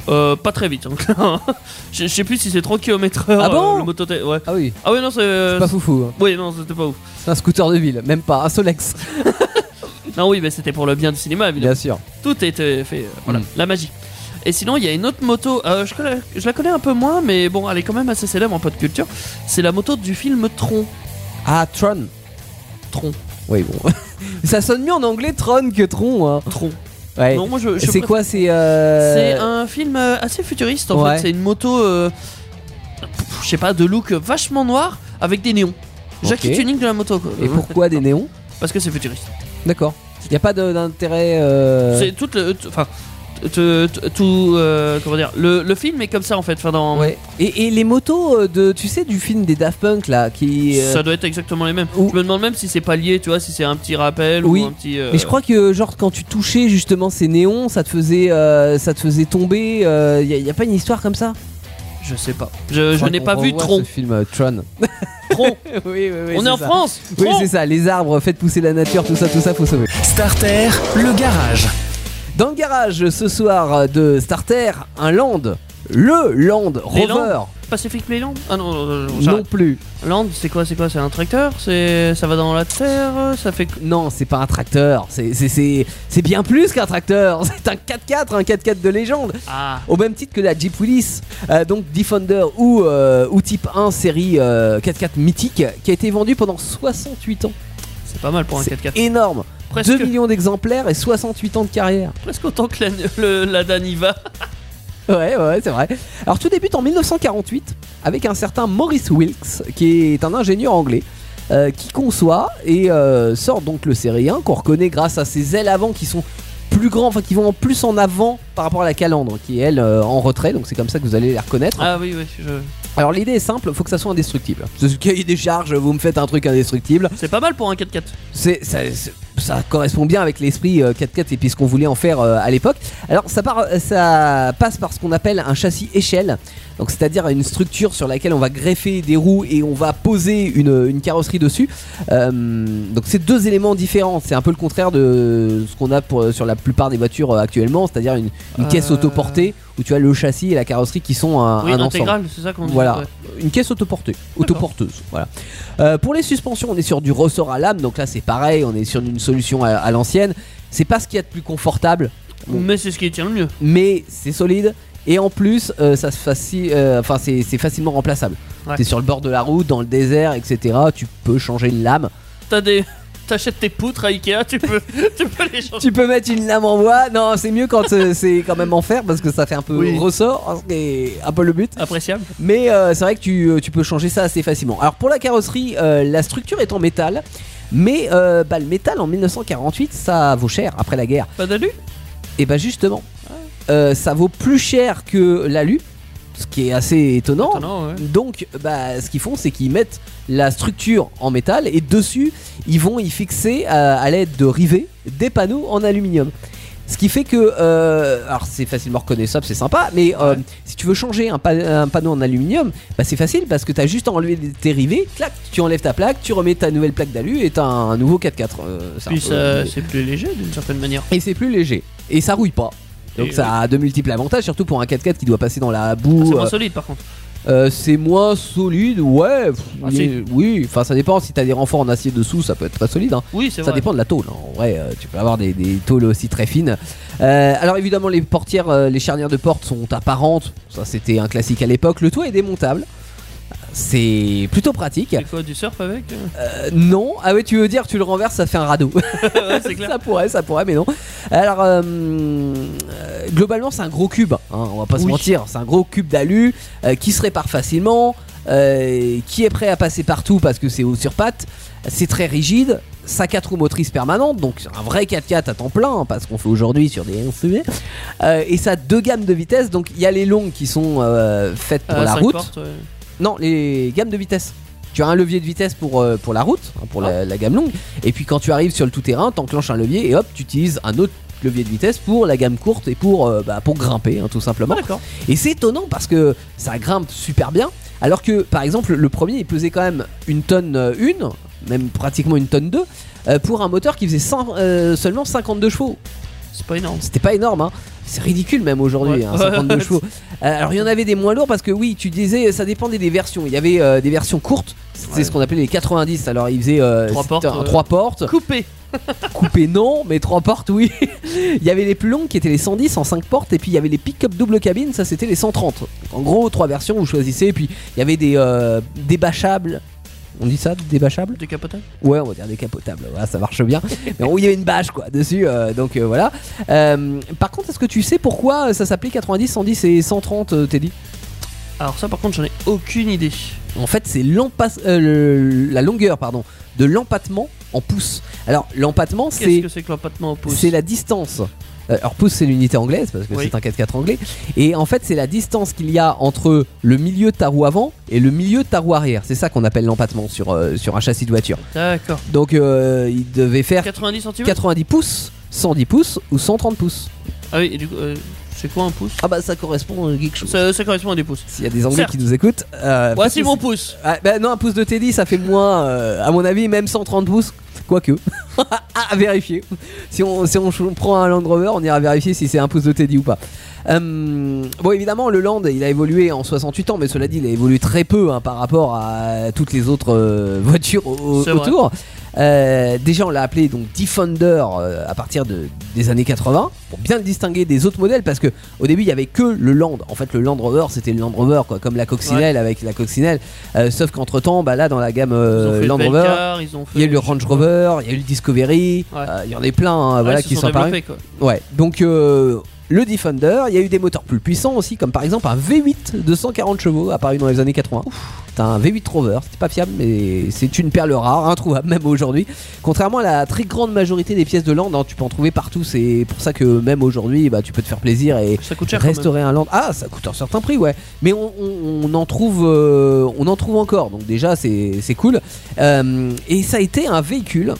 [SPEAKER 4] euh, pas très vite. hein. je, je sais plus si c'est 3 km/h.
[SPEAKER 3] Ah bon
[SPEAKER 4] euh, le moto ouais.
[SPEAKER 3] Ah oui,
[SPEAKER 4] Ah oui, non, c'est.
[SPEAKER 3] c'est
[SPEAKER 4] euh,
[SPEAKER 3] pas foufou. hein.
[SPEAKER 4] oui, non, c'était pas ouf.
[SPEAKER 3] C'est un scooter de ville, même pas un Solex,
[SPEAKER 4] Non, oui, mais c'était pour le bien du cinéma, évidemment.
[SPEAKER 3] bien sûr.
[SPEAKER 4] Tout était fait, euh, voilà,
[SPEAKER 3] Mm.
[SPEAKER 4] la magie. Et sinon, il y a une autre moto, euh, je, connais- je la connais un peu moins, mais bon, elle est quand même assez célèbre en pop culture. C'est la moto du film Tron.
[SPEAKER 3] Ah, Tron.
[SPEAKER 4] Tron.
[SPEAKER 3] Oui, bon. Ça sonne mieux en anglais Tron que Tron. hein.
[SPEAKER 4] Tron.
[SPEAKER 3] Ouais.
[SPEAKER 4] Non, moi, je, je
[SPEAKER 3] C'est
[SPEAKER 4] préfère-
[SPEAKER 3] quoi C'est. euh,
[SPEAKER 4] C'est un film euh, assez futuriste en
[SPEAKER 3] Ouais.
[SPEAKER 4] fait. C'est une moto, euh, pff, je sais pas, de look vachement noir avec des néons. Jackie
[SPEAKER 3] Ok.
[SPEAKER 4] Tuning de la moto. quoi.
[SPEAKER 3] Et pourquoi des néons
[SPEAKER 4] Parce que c'est futuriste.
[SPEAKER 3] D'accord. Y a pas de- d'intérêt. euh,
[SPEAKER 4] C'est tout le. tout- Enfin. tout- tout- Tout. euh, Comment dire le, le film est comme ça en fait. Enfin, dans,
[SPEAKER 3] Ouais. Et, et les motos euh, de, tu sais, du film des Daft Punk là, qui. euh,
[SPEAKER 4] Ça doit être exactement les mêmes.
[SPEAKER 3] Ou-
[SPEAKER 4] Je me demande même si c'est pas lié, tu vois, si c'est un petit rappel
[SPEAKER 3] Oui,
[SPEAKER 4] ou un petit. euh,
[SPEAKER 3] Mais je crois que genre quand tu touchais justement ces néons, ça te faisait, euh, ça te faisait tomber. Euh, y, a, y a pas une histoire comme ça
[SPEAKER 4] Je sais pas. Euh, Je, je n'ai pas vu
[SPEAKER 3] trop
[SPEAKER 4] Tron.
[SPEAKER 3] Ce film euh, Tron.
[SPEAKER 4] Tron.
[SPEAKER 3] oui, oui, oui.
[SPEAKER 4] On est en France.
[SPEAKER 3] Oui,
[SPEAKER 4] Tron.
[SPEAKER 3] c'est ça, les arbres, faites pousser la nature, tout ça, tout ça, faut sauver.
[SPEAKER 1] Starter, le garage.
[SPEAKER 3] Dans le garage ce soir euh, de Starter, un land, le land
[SPEAKER 4] Les
[SPEAKER 3] rover,
[SPEAKER 4] Pacific Playland. Ah non, non, non, non,
[SPEAKER 3] non
[SPEAKER 4] j'arrête.
[SPEAKER 3] plus.
[SPEAKER 4] Land, c'est quoi, c'est quoi, c'est un tracteur, c'est ça va dans la terre, euh, ça fait.
[SPEAKER 3] Non, c'est pas un tracteur, c'est- c'est c'est- c'est bien plus qu'un tracteur, c'est un 4x4, un 4x4 de légende,
[SPEAKER 4] Ah.
[SPEAKER 3] au même titre que la Jeep Willis, euh, donc Defender ou, euh, ou Type 1 série euh, 4x4 mythique, qui a été vendu pendant 68 ans.
[SPEAKER 4] C'est pas mal pour un
[SPEAKER 3] C'est
[SPEAKER 4] 4x4.
[SPEAKER 3] énorme,
[SPEAKER 4] Presque,
[SPEAKER 3] 2 millions d'exemplaires et 68 ans de carrière.
[SPEAKER 4] presque autant que la, le- la Daniva.
[SPEAKER 3] Ouais, ouais, c'est vrai. Alors tout débute en 1948 avec un certain Maurice Wilkes, qui est un ingénieur anglais, euh, qui conçoit et euh, sort donc le série 1 qu'on reconnaît grâce à ses ailes avant qui sont plus grands, enfin qui vont en plus en avant par rapport à la calandre, qui est elle euh, en retrait, donc c'est comme ça que vous allez les reconnaître.
[SPEAKER 4] Ah oui, oui, je-
[SPEAKER 3] Alors l'idée est simple, faut que ça soit indestructible. C'est le cahier des charges, vous me faites un truc indestructible.
[SPEAKER 4] c'est pas mal pour un 4x4.
[SPEAKER 3] C'est, ça, c'est- ça correspond bien avec l'esprit euh, 4x4 et puis ce euh, qu'on voulait en faire euh, à l'époque. Alors ça, part, ça passe par ce qu'on appelle un châssis échelle. Donc c'est-à-dire une structure sur laquelle on va greffer des roues et on va poser une, une carrosserie dessus. Euh, donc c'est deux éléments différents. C'est un peu le contraire de ce qu'on a pour, sur la plupart des voitures euh, actuellement, c'est-à-dire une, une caisse
[SPEAKER 4] Euh.
[SPEAKER 3] autoportée où tu as le châssis et la carrosserie qui sont Ah, un,
[SPEAKER 4] Oui,
[SPEAKER 3] un ensemble.
[SPEAKER 4] intégrale, c'est ça qu'on dit.
[SPEAKER 3] Voilà,
[SPEAKER 4] ouais.
[SPEAKER 3] une caisse autoportée, autoporteuse. Voilà. Euh, pour les suspensions, on est sur du ressort à lame, donc là c'est pareil, on est sur une solution à, à l'ancienne. C'est pas ce qu'il y a de plus confortable, Bon.
[SPEAKER 4] Mais c'est ce qui tient le mieux.
[SPEAKER 3] mais c'est solide. Et en plus, euh, ça se faci- euh, enfin, c'est c'est facilement remplaçable.
[SPEAKER 4] Ouais.
[SPEAKER 3] T'es sur le bord de la route, dans le désert, etc. Tu peux changer une lame.
[SPEAKER 4] T'as des. T'achètes tes poutres à Ikea, tu peux, tu peux les changer.
[SPEAKER 3] Tu peux mettre une lame en bois. Non, c'est mieux quand euh, c'est quand même en fer parce que ça fait un peu
[SPEAKER 4] Oui.
[SPEAKER 3] ressort, hein, ce qui est un peu le but.
[SPEAKER 4] Appréciable.
[SPEAKER 3] Mais euh, c'est vrai que tu, euh, tu peux changer ça assez facilement. Alors pour la carrosserie, euh, la structure est en métal. Mais euh, bah, le métal en 1948, ça vaut cher après la guerre.
[SPEAKER 4] Pas d'alu
[SPEAKER 3] Et bah justement, euh, ça vaut plus cher que l'alu, ce qui est assez étonnant.
[SPEAKER 4] Ah non, ouais.
[SPEAKER 3] Donc, bah, ce qu'ils font, c'est qu'ils mettent la structure en métal et dessus, ils vont y fixer euh, à l'aide de rivets des panneaux en aluminium. Ce qui fait que, euh, alors c'est facilement reconnaissable, c'est sympa, mais euh, si tu veux changer un, pa- un panneau en aluminium, bah, c'est facile parce que t'as juste à enlever tes rivets, clac, tu enlèves ta plaque, tu remets ta nouvelle plaque d'alu et t'as un nouveau 4x4. euh, c'est un
[SPEAKER 4] Puis
[SPEAKER 3] peu-
[SPEAKER 4] ça, c'est plus léger d'une certaine manière.
[SPEAKER 3] et c'est plus léger et ça rouille pas. Donc
[SPEAKER 4] Et Ah,
[SPEAKER 3] ça a de multiples avantages, surtout pour un 4x4 qui doit passer dans la boue.
[SPEAKER 4] C'est moins
[SPEAKER 3] euh,
[SPEAKER 4] solide par contre.
[SPEAKER 3] euh, c'est moins solide, ouais. pff,
[SPEAKER 4] Ah,
[SPEAKER 3] il
[SPEAKER 4] si.
[SPEAKER 3] est- oui, enfin ça dépend. Si t'as des renforts en acier dessous, ça peut être très solide. hein.
[SPEAKER 4] Oui, c'est
[SPEAKER 3] Ça
[SPEAKER 4] vrai.
[SPEAKER 3] dépend de la tôle. hein. En vrai, euh, tu peux avoir des, des tôles aussi très fines. Euh, alors évidemment, les portières, euh, les charnières de porte sont apparentes. Ça, c'était un classique à l'époque. Le toit est démontable. C'est plutôt pratique.
[SPEAKER 4] C'est quoi, du surf avec
[SPEAKER 3] Euh, non, ah ouais, tu veux dire, tu le renverses, ça fait un radeau.
[SPEAKER 4] Ouais, C'est clair.
[SPEAKER 3] ça pourrait, ça pourrait, mais non. Alors, euh, euh, globalement, c'est un gros cube. hein, on va pas se
[SPEAKER 4] Oui.
[SPEAKER 3] mentir, c'est un gros cube d'alu euh, qui se répare facilement, euh, qui est prêt à passer partout parce que c'est haut sur pattes. C'est très rigide. Sa 4 roues motrices permanentes, donc c'est un vrai 4x4 à temps plein, hein, pas ce qu'on fait aujourd'hui sur des SUV. Euh, et ça a deux gammes de vitesse, donc il y a les longues qui sont euh, faites pour
[SPEAKER 4] Euh,
[SPEAKER 3] la
[SPEAKER 4] cinq
[SPEAKER 3] route.
[SPEAKER 4] portes, ouais.
[SPEAKER 3] Non, les gammes de vitesse. Tu as un levier de vitesse pour, euh, pour la route, hein, pour la, la gamme longue. Et puis quand tu arrives sur le tout-terrain, t'enclenches un levier et hop, tu utilises un autre levier de vitesse pour la gamme courte et pour, euh, bah, pour grimper, hein, tout simplement.
[SPEAKER 4] Ah, D'accord.
[SPEAKER 3] Et c'est étonnant parce que ça grimpe super bien. Alors que, par exemple, le premier, il pesait quand même une tonne euh, une, même pratiquement une tonne deux, euh, pour un moteur qui faisait cent- euh, seulement 52 chevaux.
[SPEAKER 4] C'est pas énorme.
[SPEAKER 3] C'était pas énorme, hein. C'est ridicule même aujourd'hui,
[SPEAKER 4] Ouais.
[SPEAKER 3] hein, 52 chevaux. Euh, alors il y en avait des moins lourds parce que oui, tu disais, ça dépendait des versions. Il y avait euh, des versions courtes, c'était
[SPEAKER 4] Ouais.
[SPEAKER 3] ce qu'on appelait les 90. Alors ils faisaient euh,
[SPEAKER 4] Trois
[SPEAKER 3] c'était
[SPEAKER 4] portes,
[SPEAKER 3] un-
[SPEAKER 4] euh.
[SPEAKER 3] trois portes.
[SPEAKER 4] Coupé.
[SPEAKER 3] coupées non, mais trois portes oui. il y avait les plus longues qui étaient les 110 en 5 portes et puis il y avait les pick-up double cabine, ça c'était les 130. Donc, en gros, trois versions vous choisissez et puis il y avait des euh, débâchables. On dit ça, débâchables
[SPEAKER 4] Décapotable.
[SPEAKER 3] Ouais, on va dire décapotable, voilà, ça marche bien. Mais bon, il y avait une bâche quoi dessus, euh, donc euh, voilà. Euh, par contre, est-ce que tu sais pourquoi euh, ça s'appelait 90, 110 et 130, euh, Teddy
[SPEAKER 4] Alors ça par contre j'en ai aucune idée.
[SPEAKER 3] En fait, c'est l'empas- euh, le- la longueur pardon, de l'empattement en pouces. Alors, l'empattement,
[SPEAKER 4] Qu'est-ce
[SPEAKER 3] c'est
[SPEAKER 4] que c'est que l'empattement au pouce
[SPEAKER 3] c'est la distance. Euh, Alors, pouce, c'est l'unité anglaise parce que
[SPEAKER 4] Oui.
[SPEAKER 3] c'est un 4x4 anglais. Et en fait, c'est la distance qu'il y a entre le milieu de ta roue avant et le milieu de ta roue arrière. C'est ça qu'on appelle l'empattement sur, euh, sur un châssis de voiture.
[SPEAKER 4] D'accord.
[SPEAKER 3] Donc, euh, il devait faire
[SPEAKER 4] 90 cm
[SPEAKER 3] 90 pouces, 110 pouces ou 130 pouces.
[SPEAKER 4] Ah oui, et du coup, euh, c'est quoi un pouce
[SPEAKER 3] Ah bah ça correspond à quelque chose.
[SPEAKER 4] ça, ça correspond à des pouces.
[SPEAKER 3] S'il y a des Anglais
[SPEAKER 4] Certes.
[SPEAKER 3] qui nous écoutent, euh, parce
[SPEAKER 4] Voici
[SPEAKER 3] que
[SPEAKER 4] mon pouce.
[SPEAKER 3] c'est- Ah, bah non, un pouce de Teddy, ça fait moins, euh, à mon avis, même 130 pouces, quoique. à vérifier. Si on, si on ch- on prend un Land Rover, on ira vérifier si c'est un pouce de Teddy ou pas. Hum, bon, évidemment, le Land, il a évolué en 68 ans, mais cela dit, il a évolué très peu hein, par rapport à toutes les autres euh, voitures au- au-
[SPEAKER 4] C'est vrai.
[SPEAKER 3] autour. Euh, déjà, on l'a appelé donc Defender euh, à partir de, des années 80 pour bien le distinguer des autres modèles parce que au début il y avait que le Land. En fait, le Land Rover c'était le Land Rover quoi, comme la coccinelle avec la coccinelle. Euh, sauf qu'entre temps, bah là dans la gamme
[SPEAKER 4] Ils ont
[SPEAKER 3] euh,
[SPEAKER 4] fait
[SPEAKER 3] Land
[SPEAKER 4] le
[SPEAKER 3] Rover,
[SPEAKER 4] Belcar, ils ont fait
[SPEAKER 3] il y a eu le Range Rover, il y a eu le Discovery,
[SPEAKER 4] Ouais.
[SPEAKER 3] euh, il y en a plein hein,
[SPEAKER 4] Ouais,
[SPEAKER 3] voilà,
[SPEAKER 4] ils se
[SPEAKER 3] qui sont apparus.
[SPEAKER 4] développés, quoi.
[SPEAKER 3] Ouais, donc euh, le Defender, il y a eu des moteurs plus puissants aussi, comme par exemple un V8 de 140 chevaux apparu dans les années 80. T'as un V8 Rover, c'était pas fiable, mais c'est une perle rare, introuvable même aujourd'hui. Contrairement à la très grande majorité des pièces de Land, hein, tu peux en trouver partout, c'est pour ça que même aujourd'hui, bah, tu peux te faire plaisir et
[SPEAKER 4] Ça coûte cher. quand même.
[SPEAKER 3] restaurer un Land. Ah, ça coûte un certain prix, ouais. Mais on, on- on en, trouve, euh, on en trouve encore, donc déjà c'est c'est cool. Euh, et ça a été un véhicule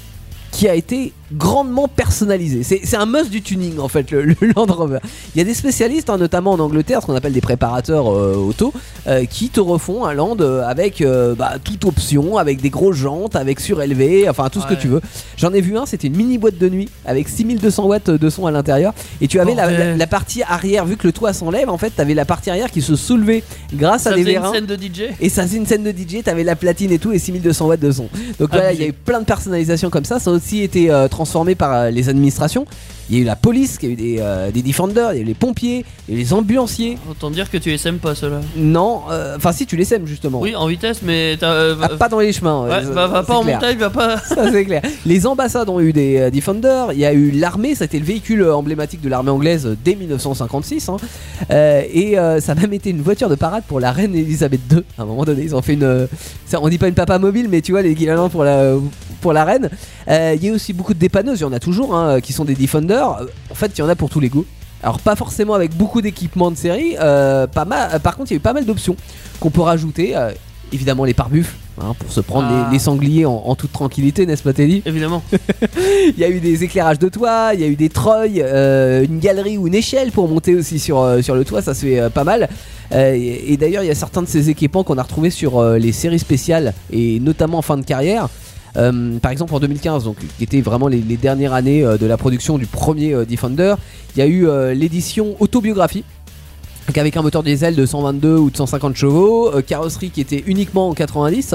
[SPEAKER 3] qui a été grandement personnalisé. C'est c'est un must du tuning en fait, le, le Land Rover. Il y a des spécialistes, hein, notamment en Angleterre, ce qu'on appelle des préparateurs euh, auto, euh, qui te refont un Land euh, avec euh, bah, toute option, avec des grosses jantes, avec surélevé, enfin tout ce
[SPEAKER 4] Ouais.
[SPEAKER 3] que tu veux. J'en ai vu un, c'était une mini boîte de nuit avec 6200 watts de son à l'intérieur. Et tu avais la,
[SPEAKER 4] Bordel.
[SPEAKER 3] la- la partie arrière, vu que le toit s'enlève, en fait, t'avais la partie arrière qui se soulevait grâce
[SPEAKER 4] Ça
[SPEAKER 3] à des
[SPEAKER 4] faisait une
[SPEAKER 3] vérins.
[SPEAKER 4] scène de DJ
[SPEAKER 3] Et ça faisait une scène de DJ, t'avais la platine et tout, et 6200 watts de son. Donc
[SPEAKER 4] Ah,
[SPEAKER 3] voilà,
[SPEAKER 4] oui.
[SPEAKER 3] il y a eu plein de personnalisations comme ça. Ça a aussi été euh, transformé par euh, les administrations. Il y a eu la police, qui a eu des, euh, des defenders, il y a eu les pompiers, il y a eu les ambulanciers.
[SPEAKER 4] Autant dire que tu SM pas cela.
[SPEAKER 3] Non, euh, enfin si, tu les sèmes justement.
[SPEAKER 4] Oui, en vitesse, mais t'as. euh,
[SPEAKER 3] Ah,
[SPEAKER 4] va-
[SPEAKER 3] pas dans les chemins.
[SPEAKER 4] ouais,
[SPEAKER 3] euh,
[SPEAKER 4] va, va
[SPEAKER 3] c'est
[SPEAKER 4] pas en
[SPEAKER 3] clair.
[SPEAKER 4] montagne, va pas.
[SPEAKER 3] Ça, c'est clair. Les ambassades ont eu des euh, Defender, il y a eu l'armée, ça a été le véhicule euh, emblématique de l'armée anglaise euh, dès 1956. hein. Euh, et euh, ça a même été une voiture de parade pour la reine Elisabeth II. À un moment donné, ils ont fait une. euh, ça, on dit pas une papa mobile, mais tu vois, l'équivalent pour la, euh, pour la reine. Euh, Il y a eu aussi beaucoup de dépanneuses, il y en a toujours, hein, qui sont des Defender. Euh, En fait, il y en a pour tous les goûts. Alors, pas forcément avec beaucoup d'équipements de série, euh, pas mal, euh, par contre, il y a eu pas mal d'options qu'on peut rajouter. euh, évidemment, les parbuffes, hein, pour se prendre
[SPEAKER 4] Ah.
[SPEAKER 3] les, les sangliers en, en toute tranquillité, n'est-ce pas, Teddy
[SPEAKER 4] Évidemment.
[SPEAKER 3] il y a eu des éclairages de toit, il y a eu des treuils, euh, une galerie ou une échelle pour monter aussi sur, euh, sur le toit, ça se fait euh, pas mal. Euh, et et d'ailleurs, il y a certains de ces équipements qu'on a retrouvés sur euh, les séries spéciales, et notamment en fin de carrière. Euh, par exemple en 2015, donc qui était vraiment les, les dernières années euh, de la production du premier euh, Defender, il y a eu euh, l'édition autobiographie. Donc avec un moteur diesel de 122 ou de 150 chevaux, euh, carrosserie qui était uniquement en 90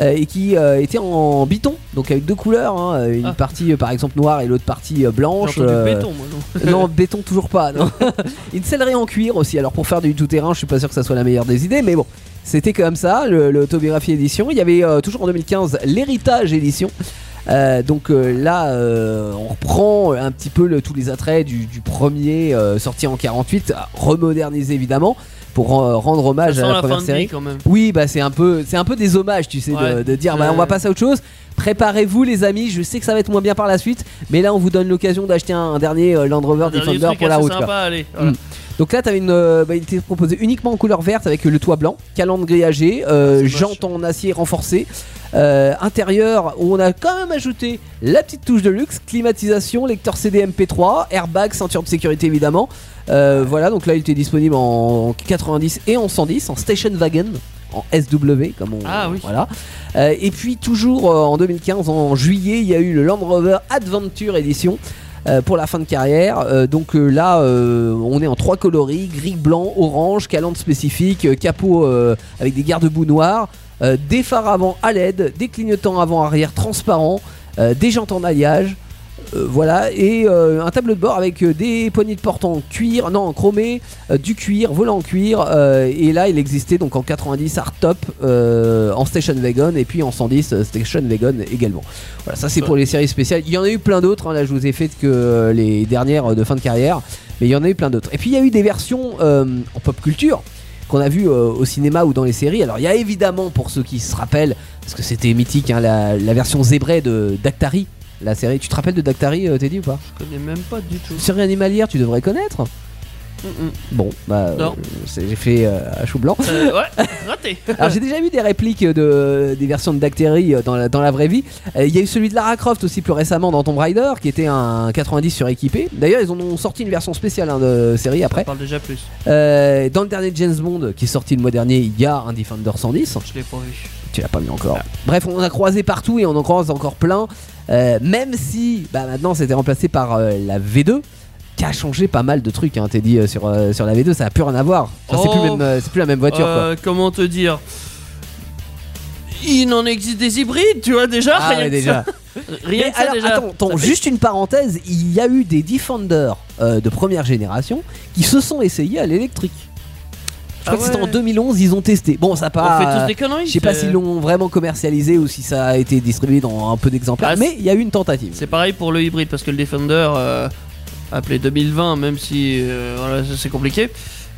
[SPEAKER 3] euh, et qui euh, était en biton, donc avec deux couleurs, hein, une
[SPEAKER 4] Ah.
[SPEAKER 3] partie euh, par exemple noire et l'autre partie euh,
[SPEAKER 4] J'ai
[SPEAKER 3] blanche.
[SPEAKER 4] entendu
[SPEAKER 3] euh,
[SPEAKER 4] béton, moi, non.
[SPEAKER 3] non, béton toujours pas. non. Une sellerie en cuir aussi. Alors pour faire du tout terrain, je suis pas sûr que ça soit la meilleure des idées, mais bon. C'était comme ça, le- l'autobiographie édition. Il y avait euh, toujours en 2015 l'héritage édition. Euh, donc euh, là, euh, on reprend un petit peu le- tous les attraits du, du premier euh, sorti en 48, remodernisé évidemment, pour euh, rendre
[SPEAKER 4] Ça
[SPEAKER 3] hommage
[SPEAKER 4] sent
[SPEAKER 3] à la,
[SPEAKER 4] la
[SPEAKER 3] première
[SPEAKER 4] fin de
[SPEAKER 3] série.
[SPEAKER 4] vie quand même.
[SPEAKER 3] Oui, bah c'est un peu, c'est un peu des hommages, tu sais, de- de,
[SPEAKER 4] Ouais.
[SPEAKER 3] dire, bah,
[SPEAKER 4] Euh.
[SPEAKER 3] on va passer à autre chose. Préparez-vous, les amis. Je sais que ça va être moins bien par la suite, mais là, on vous donne l'occasion d'acheter un, un dernier euh, Land Rover
[SPEAKER 4] Dernier
[SPEAKER 3] Defender
[SPEAKER 4] truc
[SPEAKER 3] pour la
[SPEAKER 4] assez
[SPEAKER 3] route. quoi.
[SPEAKER 4] sympa, allez. voilà.
[SPEAKER 3] Mm. Donc là, t'avais une, euh, bah, il était proposé uniquement en couleur verte avec le toit blanc, calandre grillagé, euh,
[SPEAKER 4] Ah, c'est moche.
[SPEAKER 3] jantes en acier renforcé. euh, intérieur où on a quand même ajouté la petite touche de luxe, climatisation, lecteur CDMP3, airbag, ceinture de sécurité évidemment. Euh, voilà, donc là il était disponible en 90 et en 110 en station wagon, en SW comme on
[SPEAKER 4] Ah oui.
[SPEAKER 3] voilà. Euh, et puis toujours euh, en 2015, en juillet, il y a eu le Land Rover Adventure Edition. euh, pour la fin de carrière, Euh, donc euh, là euh, on est en trois coloris gris, blanc, orange, calandre spécifique, euh, capot euh, avec des garde-boue noirs, euh, des phares avant à LED, des clignotants avant-arrière transparents, euh, des jantes en alliage, euh, voilà, et euh, un tableau de bord avec euh, des poignées de porte en cuir, non en chromé, euh, du cuir, volant en cuir, euh, et là il existait donc en 90 hardtop, euh, en station wagon et puis en 110 euh, station wagon également. Voilà, ça c'est pour les séries spéciales. Il y en a eu plein d'autres, hein, là je vous ai fait que euh, les dernières euh, de fin de carrière, mais il y en a eu plein d'autres. Et puis il y a eu des versions euh, en pop culture qu'on a vu euh, au cinéma ou dans les séries. Alors il y a évidemment, pour ceux qui se rappellent, parce que c'était mythique, hein, la, la version zébrée de Dactari, la série. Tu te rappelles de Dactari, euh, Teddy ou pas
[SPEAKER 4] Je connais même pas du tout.
[SPEAKER 3] Série animalière, tu devrais connaître.
[SPEAKER 4] Mm, mm.
[SPEAKER 3] Bon, bah,
[SPEAKER 4] Non.
[SPEAKER 3] euh, c'est- j'ai fait euh, à chou blanc.
[SPEAKER 4] Euh, ouais, raté.
[SPEAKER 3] Alors j'ai déjà vu des répliques de, des versions de Dactéry euh, dans la, dans la vraie vie. Euh, Il y a eu celui de Lara Croft aussi plus récemment dans Tomb Raider qui était un 90 suréquipé. D'ailleurs ils en ont sorti une version spéciale hein, de série
[SPEAKER 4] On
[SPEAKER 3] après.
[SPEAKER 4] parle déjà plus.
[SPEAKER 3] Euh, dans le dernier James Bond qui est sorti le mois dernier, il y a un Defender 110.
[SPEAKER 4] Je l'ai pas vu.
[SPEAKER 3] Tu l'as pas mis encore. Ah. Bref, on en a croisé partout et on en croise encore plein. Euh, même si bah, maintenant c'était remplacé par euh, la V2 qui a changé pas mal de trucs, hein, t'es dit euh, sur, euh, sur la V2, ça a plus rien à voir. Enfin, c'est,
[SPEAKER 4] Oh.
[SPEAKER 3] plus même, euh, c'est plus la même voiture. quoi.
[SPEAKER 4] Euh, Comment te dire Il en existe des hybrides, tu vois déjà.
[SPEAKER 3] Ah
[SPEAKER 4] rien
[SPEAKER 3] ouais,
[SPEAKER 4] que
[SPEAKER 3] déjà.
[SPEAKER 4] ça. Rien
[SPEAKER 3] Mais
[SPEAKER 4] que ça
[SPEAKER 3] alors,
[SPEAKER 4] déjà.
[SPEAKER 3] attends, attends,
[SPEAKER 4] Ça fait-
[SPEAKER 3] juste une parenthèse, il y a eu des Defender euh, de première génération qui se sont essayés à l'électrique. Je crois
[SPEAKER 4] Ah
[SPEAKER 3] que c'était en
[SPEAKER 4] ouais.
[SPEAKER 3] 2011, ils ont testé. Bon, ça a
[SPEAKER 4] On
[SPEAKER 3] pas.
[SPEAKER 4] fait tous des euh. conneries.
[SPEAKER 3] Je sais pas
[SPEAKER 4] c'est-
[SPEAKER 3] s'ils l'ont vraiment commercialisé ou si ça a été distribué dans un peu d'exemplaires,
[SPEAKER 4] Ah,
[SPEAKER 3] mais il y a eu une tentative.
[SPEAKER 4] C'est pareil pour le hybride parce que le Defender euh, appelé 2020, même si euh, voilà, ça, c'est compliqué.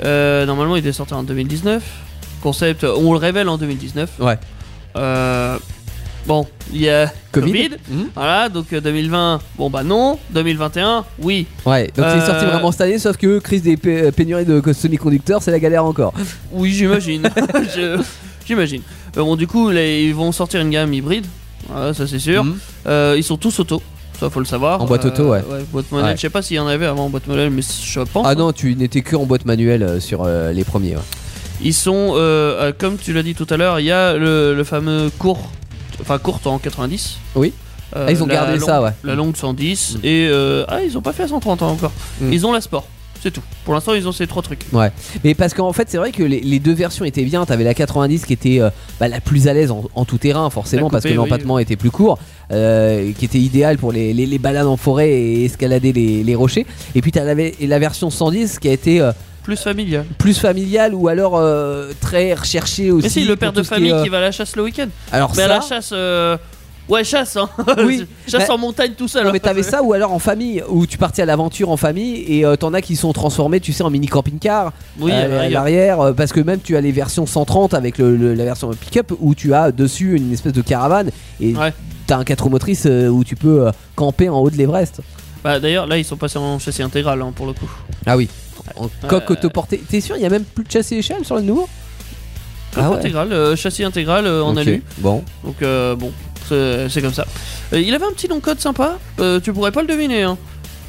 [SPEAKER 4] euh, normalement, il est sorti en 2019. Concept, euh, on le révèle en 2019.
[SPEAKER 3] Ouais.
[SPEAKER 4] Euh, bon, il y a
[SPEAKER 3] Covid.
[SPEAKER 4] Covid.
[SPEAKER 3] Mhm.
[SPEAKER 4] Voilà, donc euh, 2020, bon bah non. 2021, oui.
[SPEAKER 3] Ouais, donc c'est
[SPEAKER 4] Euh,
[SPEAKER 3] sorti vraiment cette année, sauf que crise des pé- euh, pénuries de co- semi-conducteurs, c'est la galère encore.
[SPEAKER 4] Oui, j'imagine. Je- j'imagine. Euh, bon, du coup, là, ils vont sortir une gamme hybride. Voilà, ça c'est sûr.
[SPEAKER 3] Mhm.
[SPEAKER 4] Euh, ils sont tous auto. ça faut le savoir. Euh,
[SPEAKER 3] En boîte auto, ouais.
[SPEAKER 4] boîte manuelle,
[SPEAKER 3] Ouais.
[SPEAKER 4] je sais pas s'il y en avait avant en boîte manuelle, mais je pense.
[SPEAKER 3] Ah non, tu n'étais que en boîte manuelle euh, sur euh, les premiers. ouais.
[SPEAKER 4] Ils sont, euh, euh, comme tu l'as dit tout à l'heure, il y a le, le fameux court, enfin courte en 90.
[SPEAKER 3] Oui.
[SPEAKER 4] Euh,
[SPEAKER 3] Ah, ils ont
[SPEAKER 4] la
[SPEAKER 3] gardé
[SPEAKER 4] longue-
[SPEAKER 3] ça, ouais.
[SPEAKER 4] La longue 110
[SPEAKER 3] Mm.
[SPEAKER 4] et euh, ah ils ont pas fait la 130 hein, encore.
[SPEAKER 3] Mm.
[SPEAKER 4] Ils ont la sport, c'est tout. Pour l'instant ils ont ces trois trucs.
[SPEAKER 3] Mais parce qu'en fait, c'est vrai que les, les deux versions étaient bien. T'avais la 90 qui était euh, bah, la plus à l'aise en, en tout terrain, forcément,
[SPEAKER 4] La
[SPEAKER 3] parce que
[SPEAKER 4] coupée, oui.
[SPEAKER 3] l'empattement était plus court, euh, qui était idéal pour les, les- les balades en forêt et escalader les, les rochers. Et puis t'avais la version 110 qui a été euh,
[SPEAKER 4] Plus familial.
[SPEAKER 3] plus familiale ou alors euh, très recherchée aussi.
[SPEAKER 4] Mais si le
[SPEAKER 3] pour
[SPEAKER 4] père
[SPEAKER 3] tout
[SPEAKER 4] de
[SPEAKER 3] ce qui
[SPEAKER 4] famille
[SPEAKER 3] est, euh,
[SPEAKER 4] qui va à la chasse le week-end.
[SPEAKER 3] Alors
[SPEAKER 4] Mais à
[SPEAKER 3] ça.
[SPEAKER 4] la chasse, euh, ouais chasse hein.
[SPEAKER 3] Oui.
[SPEAKER 4] chasse
[SPEAKER 3] Mais-
[SPEAKER 4] en montagne tout seul. hein.
[SPEAKER 3] Non, mais t'avais ça ou alors en famille où tu partais à l'aventure en famille et euh, t'en as qui sont transformés tu sais en mini camping-car
[SPEAKER 4] Oui.
[SPEAKER 3] euh,
[SPEAKER 4] euh,
[SPEAKER 3] à
[SPEAKER 4] il y a-
[SPEAKER 3] l'arrière euh, parce que même tu as les versions 130 avec le, le- la version pick-up où tu as dessus une espèce de caravane et
[SPEAKER 4] Ouais.
[SPEAKER 3] t'as un 4 roues motrices euh, où tu peux euh, camper en haut de l'Everest
[SPEAKER 4] Bah, d'ailleurs là ils sont passés en châssis intégral hein, pour le coup.
[SPEAKER 3] ah oui en coque autoportée t'es sûr il y a même plus de châssis échelle sur le nouveau Ah ouais.
[SPEAKER 4] Intégral, euh, châssis intégral euh, en
[SPEAKER 3] Ok,
[SPEAKER 4] alu.
[SPEAKER 3] bon
[SPEAKER 4] Donc euh, bon, c'est c'est comme ça. Euh, il avait un petit nom de code sympa, euh, tu pourrais pas le deviner. Hein.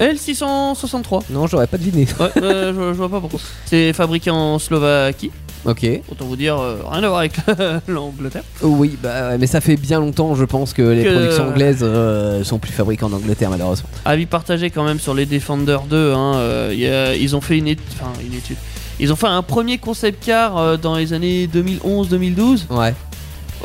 [SPEAKER 4] L663.
[SPEAKER 3] non j'aurais pas deviné
[SPEAKER 4] Ouais, euh, je, je vois pas pourquoi. C'est fabriqué en Slovaquie,
[SPEAKER 3] ok
[SPEAKER 4] autant vous dire euh, rien à voir avec l'Angleterre.
[SPEAKER 3] oui bah ouais, mais ça fait bien longtemps je pense que les
[SPEAKER 4] Que-
[SPEAKER 3] productions anglaises euh, sont plus fabriquées en Angleterre malheureusement
[SPEAKER 4] Avis partagé quand même sur les Defender 2. Hein, euh, il y a- ils ont fait une, étude, enfin, une étude. Ils ont fait un premier concept car euh, dans les années 2011-2012.
[SPEAKER 3] ouais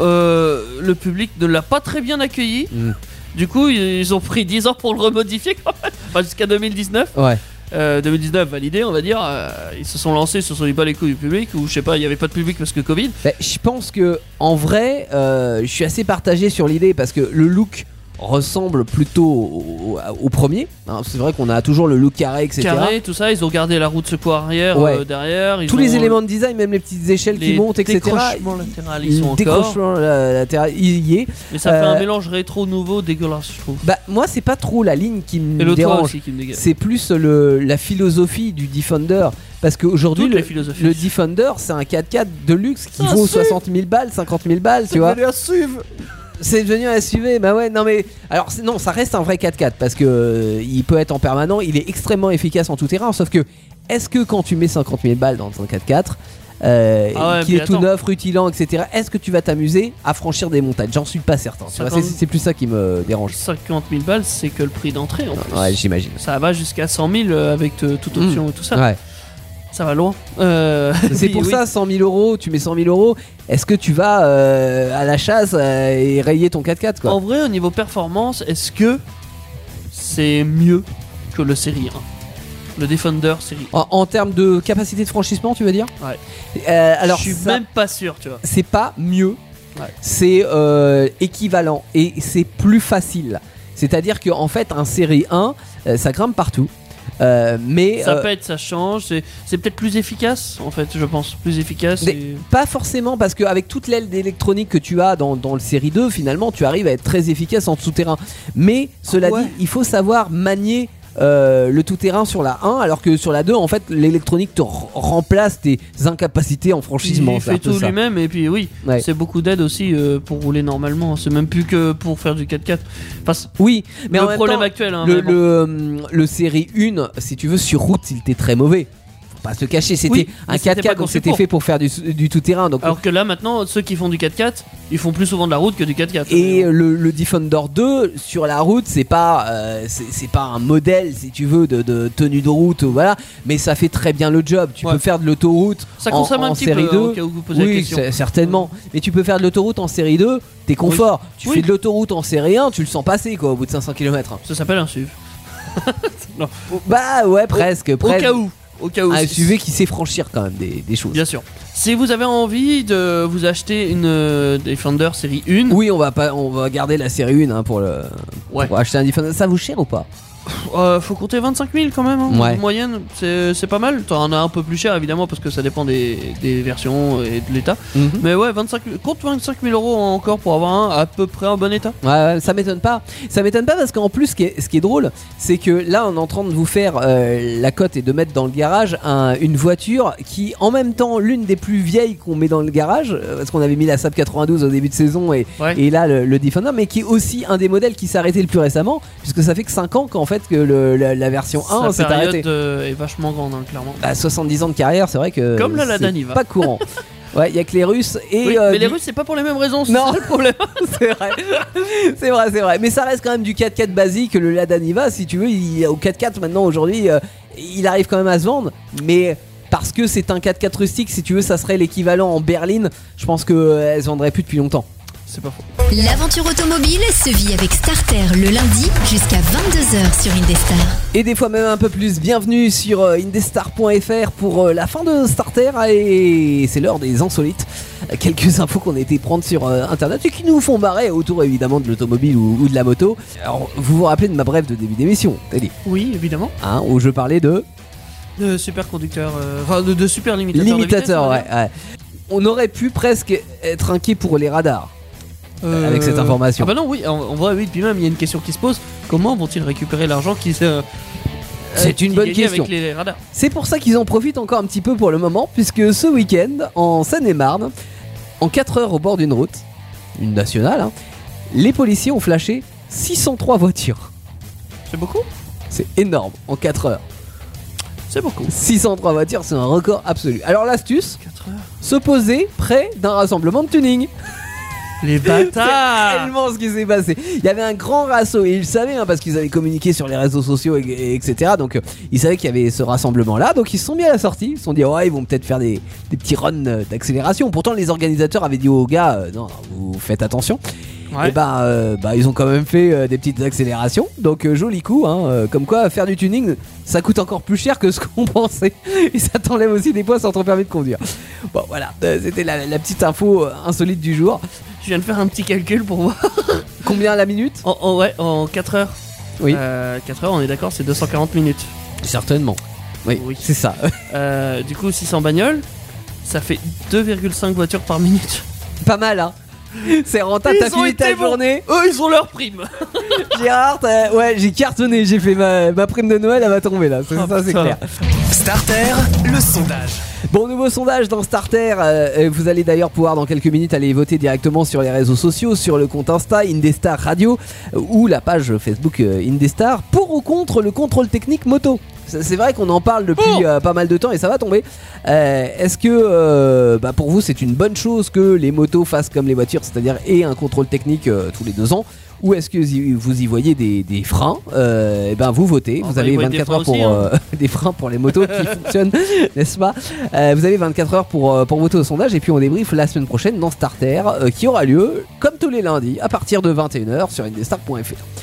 [SPEAKER 4] Euh, le public ne l'a pas très bien accueilli.
[SPEAKER 3] Mm.
[SPEAKER 4] Du coup, ils ont pris 10 ans pour le remodifier quand même. Enfin, jusqu'à 2019.
[SPEAKER 3] ouais
[SPEAKER 4] Euh, 2019 validé, on va dire. euh, ils se sont lancés, ils se sont dit pas les couilles du public, ou je sais pas, il y avait pas de public parce que Covid.
[SPEAKER 3] Bah, je pense que en vrai, euh, je suis assez partagé sur l'idée parce que le look ressemble plutôt au, au- au premier. hein. c'est vrai qu'on a toujours le look carré, etc.
[SPEAKER 4] Carré, tout ça, ils ont gardé la roue de secours arrière
[SPEAKER 3] Ouais.
[SPEAKER 4] euh, derrière. ils
[SPEAKER 3] Tous
[SPEAKER 4] ont,
[SPEAKER 3] les
[SPEAKER 4] euh,
[SPEAKER 3] éléments de design, même les petites échelles
[SPEAKER 4] les
[SPEAKER 3] qui montent, etc.
[SPEAKER 4] décrochements latéraux, ils sont encore.
[SPEAKER 3] Décrochement latéral, il y est.
[SPEAKER 4] Mais ça fait
[SPEAKER 3] Euh,
[SPEAKER 4] un mélange rétro nouveau dégueulasse, je trouve.
[SPEAKER 3] Bah moi, c'est pas trop la ligne qui
[SPEAKER 4] Et
[SPEAKER 3] me
[SPEAKER 4] le toit
[SPEAKER 3] dérange.
[SPEAKER 4] aussi qui me dégage.
[SPEAKER 3] C'est plus le, la philosophie du Defender parce qu'aujourd'hui
[SPEAKER 4] Toutes les
[SPEAKER 3] le,
[SPEAKER 4] philosophies.
[SPEAKER 3] le Defender c'est un 4x4 de luxe qui
[SPEAKER 4] Ah,
[SPEAKER 3] vaut
[SPEAKER 4] si.
[SPEAKER 3] 60 000 balles, 50 000 balles, tu vois. C'est devenu un SUV, bah ouais, non mais. Alors, c'est- non, ça reste un vrai 4x4 parce que euh, il peut être en permanent, il est extrêmement efficace en tout terrain. Sauf que, est-ce que quand tu mets 50 000 balles dans un 4x4, euh,
[SPEAKER 4] Ah ouais,
[SPEAKER 3] qu'il
[SPEAKER 4] mais
[SPEAKER 3] est tout
[SPEAKER 4] attends.
[SPEAKER 3] neuf, rutilant, etc., est-ce que tu vas t'amuser à franchir des montagnes J'en suis pas certain. tu vois, C'est
[SPEAKER 4] 50
[SPEAKER 3] c'est plus ça qui me dérange.
[SPEAKER 4] 50 000 balles, c'est que le prix d'entrée en plus.
[SPEAKER 3] Ouais, j'imagine.
[SPEAKER 4] ça va jusqu'à 100 000 euh, avec euh, toute option et tout ça.
[SPEAKER 3] Ouais.
[SPEAKER 4] Ça va loin. Euh,
[SPEAKER 3] C'est
[SPEAKER 4] oui,
[SPEAKER 3] pour
[SPEAKER 4] oui.
[SPEAKER 3] ça, 100 000 euros, tu mets 100 000 euros, est-ce que tu vas euh, à la chasse euh, et rayer ton 4x4 quoi
[SPEAKER 4] En vrai, au niveau performance, est-ce que c'est mieux que le série 1 Le Defender série
[SPEAKER 3] en, en termes de capacité de franchissement, tu veux dire
[SPEAKER 4] Ouais.
[SPEAKER 3] Euh,
[SPEAKER 4] 1.
[SPEAKER 3] alors,
[SPEAKER 4] Je suis
[SPEAKER 3] ça-
[SPEAKER 4] même pas sûr, tu vois.
[SPEAKER 3] c'est pas mieux,
[SPEAKER 4] Ouais.
[SPEAKER 3] c'est euh, équivalent et c'est plus facile. C'est-à-dire qu'en en fait, un série 1, euh, ça grimpe partout. Euh, mais
[SPEAKER 4] Ça
[SPEAKER 3] euh,
[SPEAKER 4] pète, ça change. C'est c'est peut-être plus efficace, en fait, je pense. Plus efficace.
[SPEAKER 3] Des-
[SPEAKER 4] et-
[SPEAKER 3] pas forcément parce qu'avec toute l'aile d'électronique que tu as dans, dans le série 2, finalement, tu arrives à être très efficace en tout-terrain. Mais cela
[SPEAKER 4] Ouais.
[SPEAKER 3] dit, il faut savoir manier. euh, le tout-terrain sur la 1 alors que sur la 2 en fait l'électronique te r- remplace tes incapacités en franchissement
[SPEAKER 4] Il
[SPEAKER 3] c'est un
[SPEAKER 4] fait
[SPEAKER 3] peu
[SPEAKER 4] tout
[SPEAKER 3] ça.
[SPEAKER 4] lui-même et puis oui,
[SPEAKER 3] Ouais.
[SPEAKER 4] c'est beaucoup d'aide aussi euh, pour rouler normalement. C'est même plus que pour faire du 4x4. Enfin, c'est
[SPEAKER 3] oui mais en
[SPEAKER 4] le
[SPEAKER 3] même
[SPEAKER 4] problème
[SPEAKER 3] temps,
[SPEAKER 4] actuel. hein,
[SPEAKER 3] le,
[SPEAKER 4] mais bon.
[SPEAKER 3] le, hum, le série 1, si tu veux, sur route, il était très mauvais. Faut pas se cacher, c'était
[SPEAKER 4] Oui,
[SPEAKER 3] un
[SPEAKER 4] mais c'était
[SPEAKER 3] 4x4,
[SPEAKER 4] pas
[SPEAKER 3] donc
[SPEAKER 4] conçu
[SPEAKER 3] c'était
[SPEAKER 4] pour.
[SPEAKER 3] fait pour faire du, du tout-terrain. Donc,
[SPEAKER 4] Alors que là maintenant, ceux qui font du 4x4, ils font plus souvent de la route que du euh, 4x4.
[SPEAKER 3] et le, le Defender 2 sur la route, c'est pas euh, c'est c'est pas un modèle si tu veux de, de tenue de route, voilà, mais ça fait très bien le job. Tu
[SPEAKER 4] Ouais.
[SPEAKER 3] peux faire de l'autoroute
[SPEAKER 4] ça
[SPEAKER 3] en-
[SPEAKER 4] consomme
[SPEAKER 3] en
[SPEAKER 4] un petit
[SPEAKER 3] série
[SPEAKER 4] peu euh,
[SPEAKER 3] deux.
[SPEAKER 4] au cas où vous posez la
[SPEAKER 3] Oui,
[SPEAKER 4] question.
[SPEAKER 3] c'est- certainement. Mais tu peux faire de l'autoroute en série 2, t'es confort. Tu
[SPEAKER 4] Oui.
[SPEAKER 3] fais de l'autoroute en série 1, tu le sens passer quoi au bout de 500 km.
[SPEAKER 4] Ça s'appelle un SUV.
[SPEAKER 3] Bah ouais, presque,
[SPEAKER 4] Au
[SPEAKER 3] presque.
[SPEAKER 4] cas où. Au cas où.
[SPEAKER 3] un Ah,
[SPEAKER 4] c'est-
[SPEAKER 3] SUV qui sait franchir quand même des, des choses.
[SPEAKER 4] Bien sûr. Si vous avez envie de vous acheter une euh, Defender série 1,
[SPEAKER 3] Oui, on va pas, on va garder la série 1 hein, pour le
[SPEAKER 4] Ouais.
[SPEAKER 3] pour acheter un Defender. Ça vous cher ou pas
[SPEAKER 4] Euh, faut compter 25 000 quand même, hein,
[SPEAKER 3] Ouais.
[SPEAKER 4] en moyenne, c'est c'est pas mal. T'en as un peu plus cher évidemment parce que ça dépend des, des versions et de l'état.
[SPEAKER 3] Mhm.
[SPEAKER 4] Mais ouais, 25 000 compte 25 000 euros encore pour avoir un à peu près en bon état.
[SPEAKER 3] Ouais, ouais, ça m'étonne pas. Ça m'étonne pas parce qu'en plus, ce qui est, ce qui est drôle, c'est que là, on est en train de vous faire euh, la cote et de mettre dans le garage un- une voiture qui, en même temps, l'une des plus vieilles qu'on met dans le garage, euh, parce qu'on avait mis la Saab 92 au début de saison et,
[SPEAKER 4] Ouais.
[SPEAKER 3] et là le, le Defender, mais qui est aussi un des modèles qui s'est arrêté le plus récemment, puisque ça fait que 5 ans qu'en fait que le- la, la version 1 s'est
[SPEAKER 4] Sa
[SPEAKER 3] arrêtée.
[SPEAKER 4] période euh, est vachement grande, hein, clairement.
[SPEAKER 3] Bah, 70 ans de carrière, c'est vrai que
[SPEAKER 4] Comme la Lada
[SPEAKER 3] c'est
[SPEAKER 4] Niva.
[SPEAKER 3] pas courant. Ouais, il y a que les Russes et
[SPEAKER 4] Oui,
[SPEAKER 3] euh,
[SPEAKER 4] mais les
[SPEAKER 3] du-
[SPEAKER 4] Russes, c'est pas pour les mêmes raisons. c'est
[SPEAKER 3] Non.
[SPEAKER 4] ça le problème.
[SPEAKER 3] c'est vrai. C'est vrai, c'est vrai. Mais ça reste quand même du 4x4 basique. Le Lada Niva, si tu veux, il, au 4x4 maintenant aujourd'hui, euh, il arrive quand même à se vendre. Mais parce que c'est un 4x4 rustique, si tu veux, ça serait l'équivalent en berline. Je pense qu'elles elles se vendraient plus depuis longtemps.
[SPEAKER 4] C'est pas faux.
[SPEAKER 2] L'aventure automobile se vit avec Starter le lundi jusqu'à 22h sur Indestar.
[SPEAKER 3] Et des fois même un peu plus. Bienvenue sur euh, indestar.fr pour euh, la fin de Starter. Et c'est l'heure des insolites. Euh, Quelques infos qu'on a été prendre sur euh, internet et qui nous font barrer autour évidemment de l'automobile ou, ou de la moto. Alors, vous vous rappelez de ma brève de début d'émission, t'as dit,
[SPEAKER 4] Oui, évidemment.
[SPEAKER 3] hein, où je parlais de.
[SPEAKER 4] De super conducteur, euh, enfin de, de super limitateur. de
[SPEAKER 3] L'imitateur,
[SPEAKER 4] vitesse,
[SPEAKER 3] ouais, ouais. On aurait pu presque être inquiet pour les radars.
[SPEAKER 4] on va dire.
[SPEAKER 3] Avec cette information.
[SPEAKER 4] Ah bah non, oui, en, en vrai, oui, puis même, il y a une question qui se pose comment vont-ils récupérer l'argent qu'ils. euh,
[SPEAKER 3] C'est
[SPEAKER 4] euh,
[SPEAKER 3] une
[SPEAKER 4] qu'ils
[SPEAKER 3] bonne
[SPEAKER 4] gagnaient
[SPEAKER 3] question.
[SPEAKER 4] Avec les radars.
[SPEAKER 3] C'est pour ça qu'ils en profitent encore un petit peu pour le moment, puisque ce week-end, en Seine-et-Marne, en 4 heures au bord d'une route, une nationale, hein, les policiers ont flashé 603 voitures.
[SPEAKER 4] C'est beaucoup
[SPEAKER 3] C'est énorme, en 4 heures.
[SPEAKER 4] C'est beaucoup.
[SPEAKER 3] 603 voitures, c'est un record absolu. Alors l'astuce,
[SPEAKER 4] 4 heures.
[SPEAKER 3] se poser près d'un rassemblement de tuning.
[SPEAKER 4] Les
[SPEAKER 3] C'est
[SPEAKER 4] bâtards
[SPEAKER 3] tellement ce qui s'est passé. Il y avait un grand rasso et ils le savaient hein, parce qu'ils avaient communiqué sur les réseaux sociaux et, et- etc. Donc euh, ils savaient qu'il y avait ce rassemblement là. Donc ils se sont mis à la sortie. Ils se sont dit oh, ouais ils vont peut-être faire des, des petits runs euh, d'accélération. Pourtant les organisateurs avaient dit aux gars euh, non vous faites attention.
[SPEAKER 4] Ouais.
[SPEAKER 3] Et bah, euh, bah, ils ont quand même fait euh, des petites accélérations. Donc euh, joli coup. hein, euh, comme quoi faire du tuning ça coûte encore plus cher que ce qu'on pensait. Et ça t'enlève aussi des points sur ton permis de conduire. Bon voilà euh, c'était la, la petite info euh, insolite du jour.
[SPEAKER 4] Je viens de faire un petit calcul pour voir.
[SPEAKER 3] Combien à la minute
[SPEAKER 4] En, en- Oh, ouais, en 4 heures.
[SPEAKER 3] Oui.
[SPEAKER 4] Euh, 4 heures, on est d'accord, c'est 240 minutes.
[SPEAKER 3] Certainement. Oui,
[SPEAKER 4] Oui.
[SPEAKER 3] c'est ça.
[SPEAKER 4] Euh, du coup, 600 bagnoles, ça fait 2,5 voitures par minute.
[SPEAKER 3] Pas mal, hein C'est rentable,
[SPEAKER 4] Ils
[SPEAKER 3] t'as
[SPEAKER 4] ont
[SPEAKER 3] fini
[SPEAKER 4] été
[SPEAKER 3] ta
[SPEAKER 4] bons.
[SPEAKER 3] journée.
[SPEAKER 4] Eux, ils ont leur prime
[SPEAKER 3] Gérard, t'as- ouais, j'ai cartonné, j'ai fait ma, ma prime de Noël, elle va tomber là, c'est-
[SPEAKER 4] Oh,
[SPEAKER 3] ça c'est
[SPEAKER 4] putain.
[SPEAKER 3] clair.
[SPEAKER 1] Starter, le sondage.
[SPEAKER 3] Bon, nouveau sondage dans Starter. euh, vous allez d'ailleurs pouvoir dans quelques minutes aller voter directement sur les réseaux sociaux, sur le compte Insta, Indestar Radio, euh, ou la page Facebook euh, Indestar, pour ou contre le contrôle technique moto. C'est c'est vrai qu'on en parle depuis
[SPEAKER 4] Pour.
[SPEAKER 3] euh, pas mal de temps et ça va tomber. Euh, Est-ce que euh, bah, pour vous c'est une bonne chose que les motos fassent comme les voitures, c'est-à-dire et un contrôle technique euh, tous les deux ans ou est-ce que y- vous y voyez des, des freins Euh, Eh ben vous votez.
[SPEAKER 4] Ah,
[SPEAKER 3] vous
[SPEAKER 4] bah, ils
[SPEAKER 3] avez
[SPEAKER 4] voient des
[SPEAKER 3] 24
[SPEAKER 4] freins
[SPEAKER 3] heures pour
[SPEAKER 4] aussi, hein.
[SPEAKER 3] euh, des freins pour les motos qui fonctionnent, n'est-ce pas Euh, Vous avez 24 heures pour euh, pour voter au sondage et puis on débrief la semaine prochaine dans Starter euh, qui aura lieu comme tous les lundis à partir de 21h sur indestar.fr.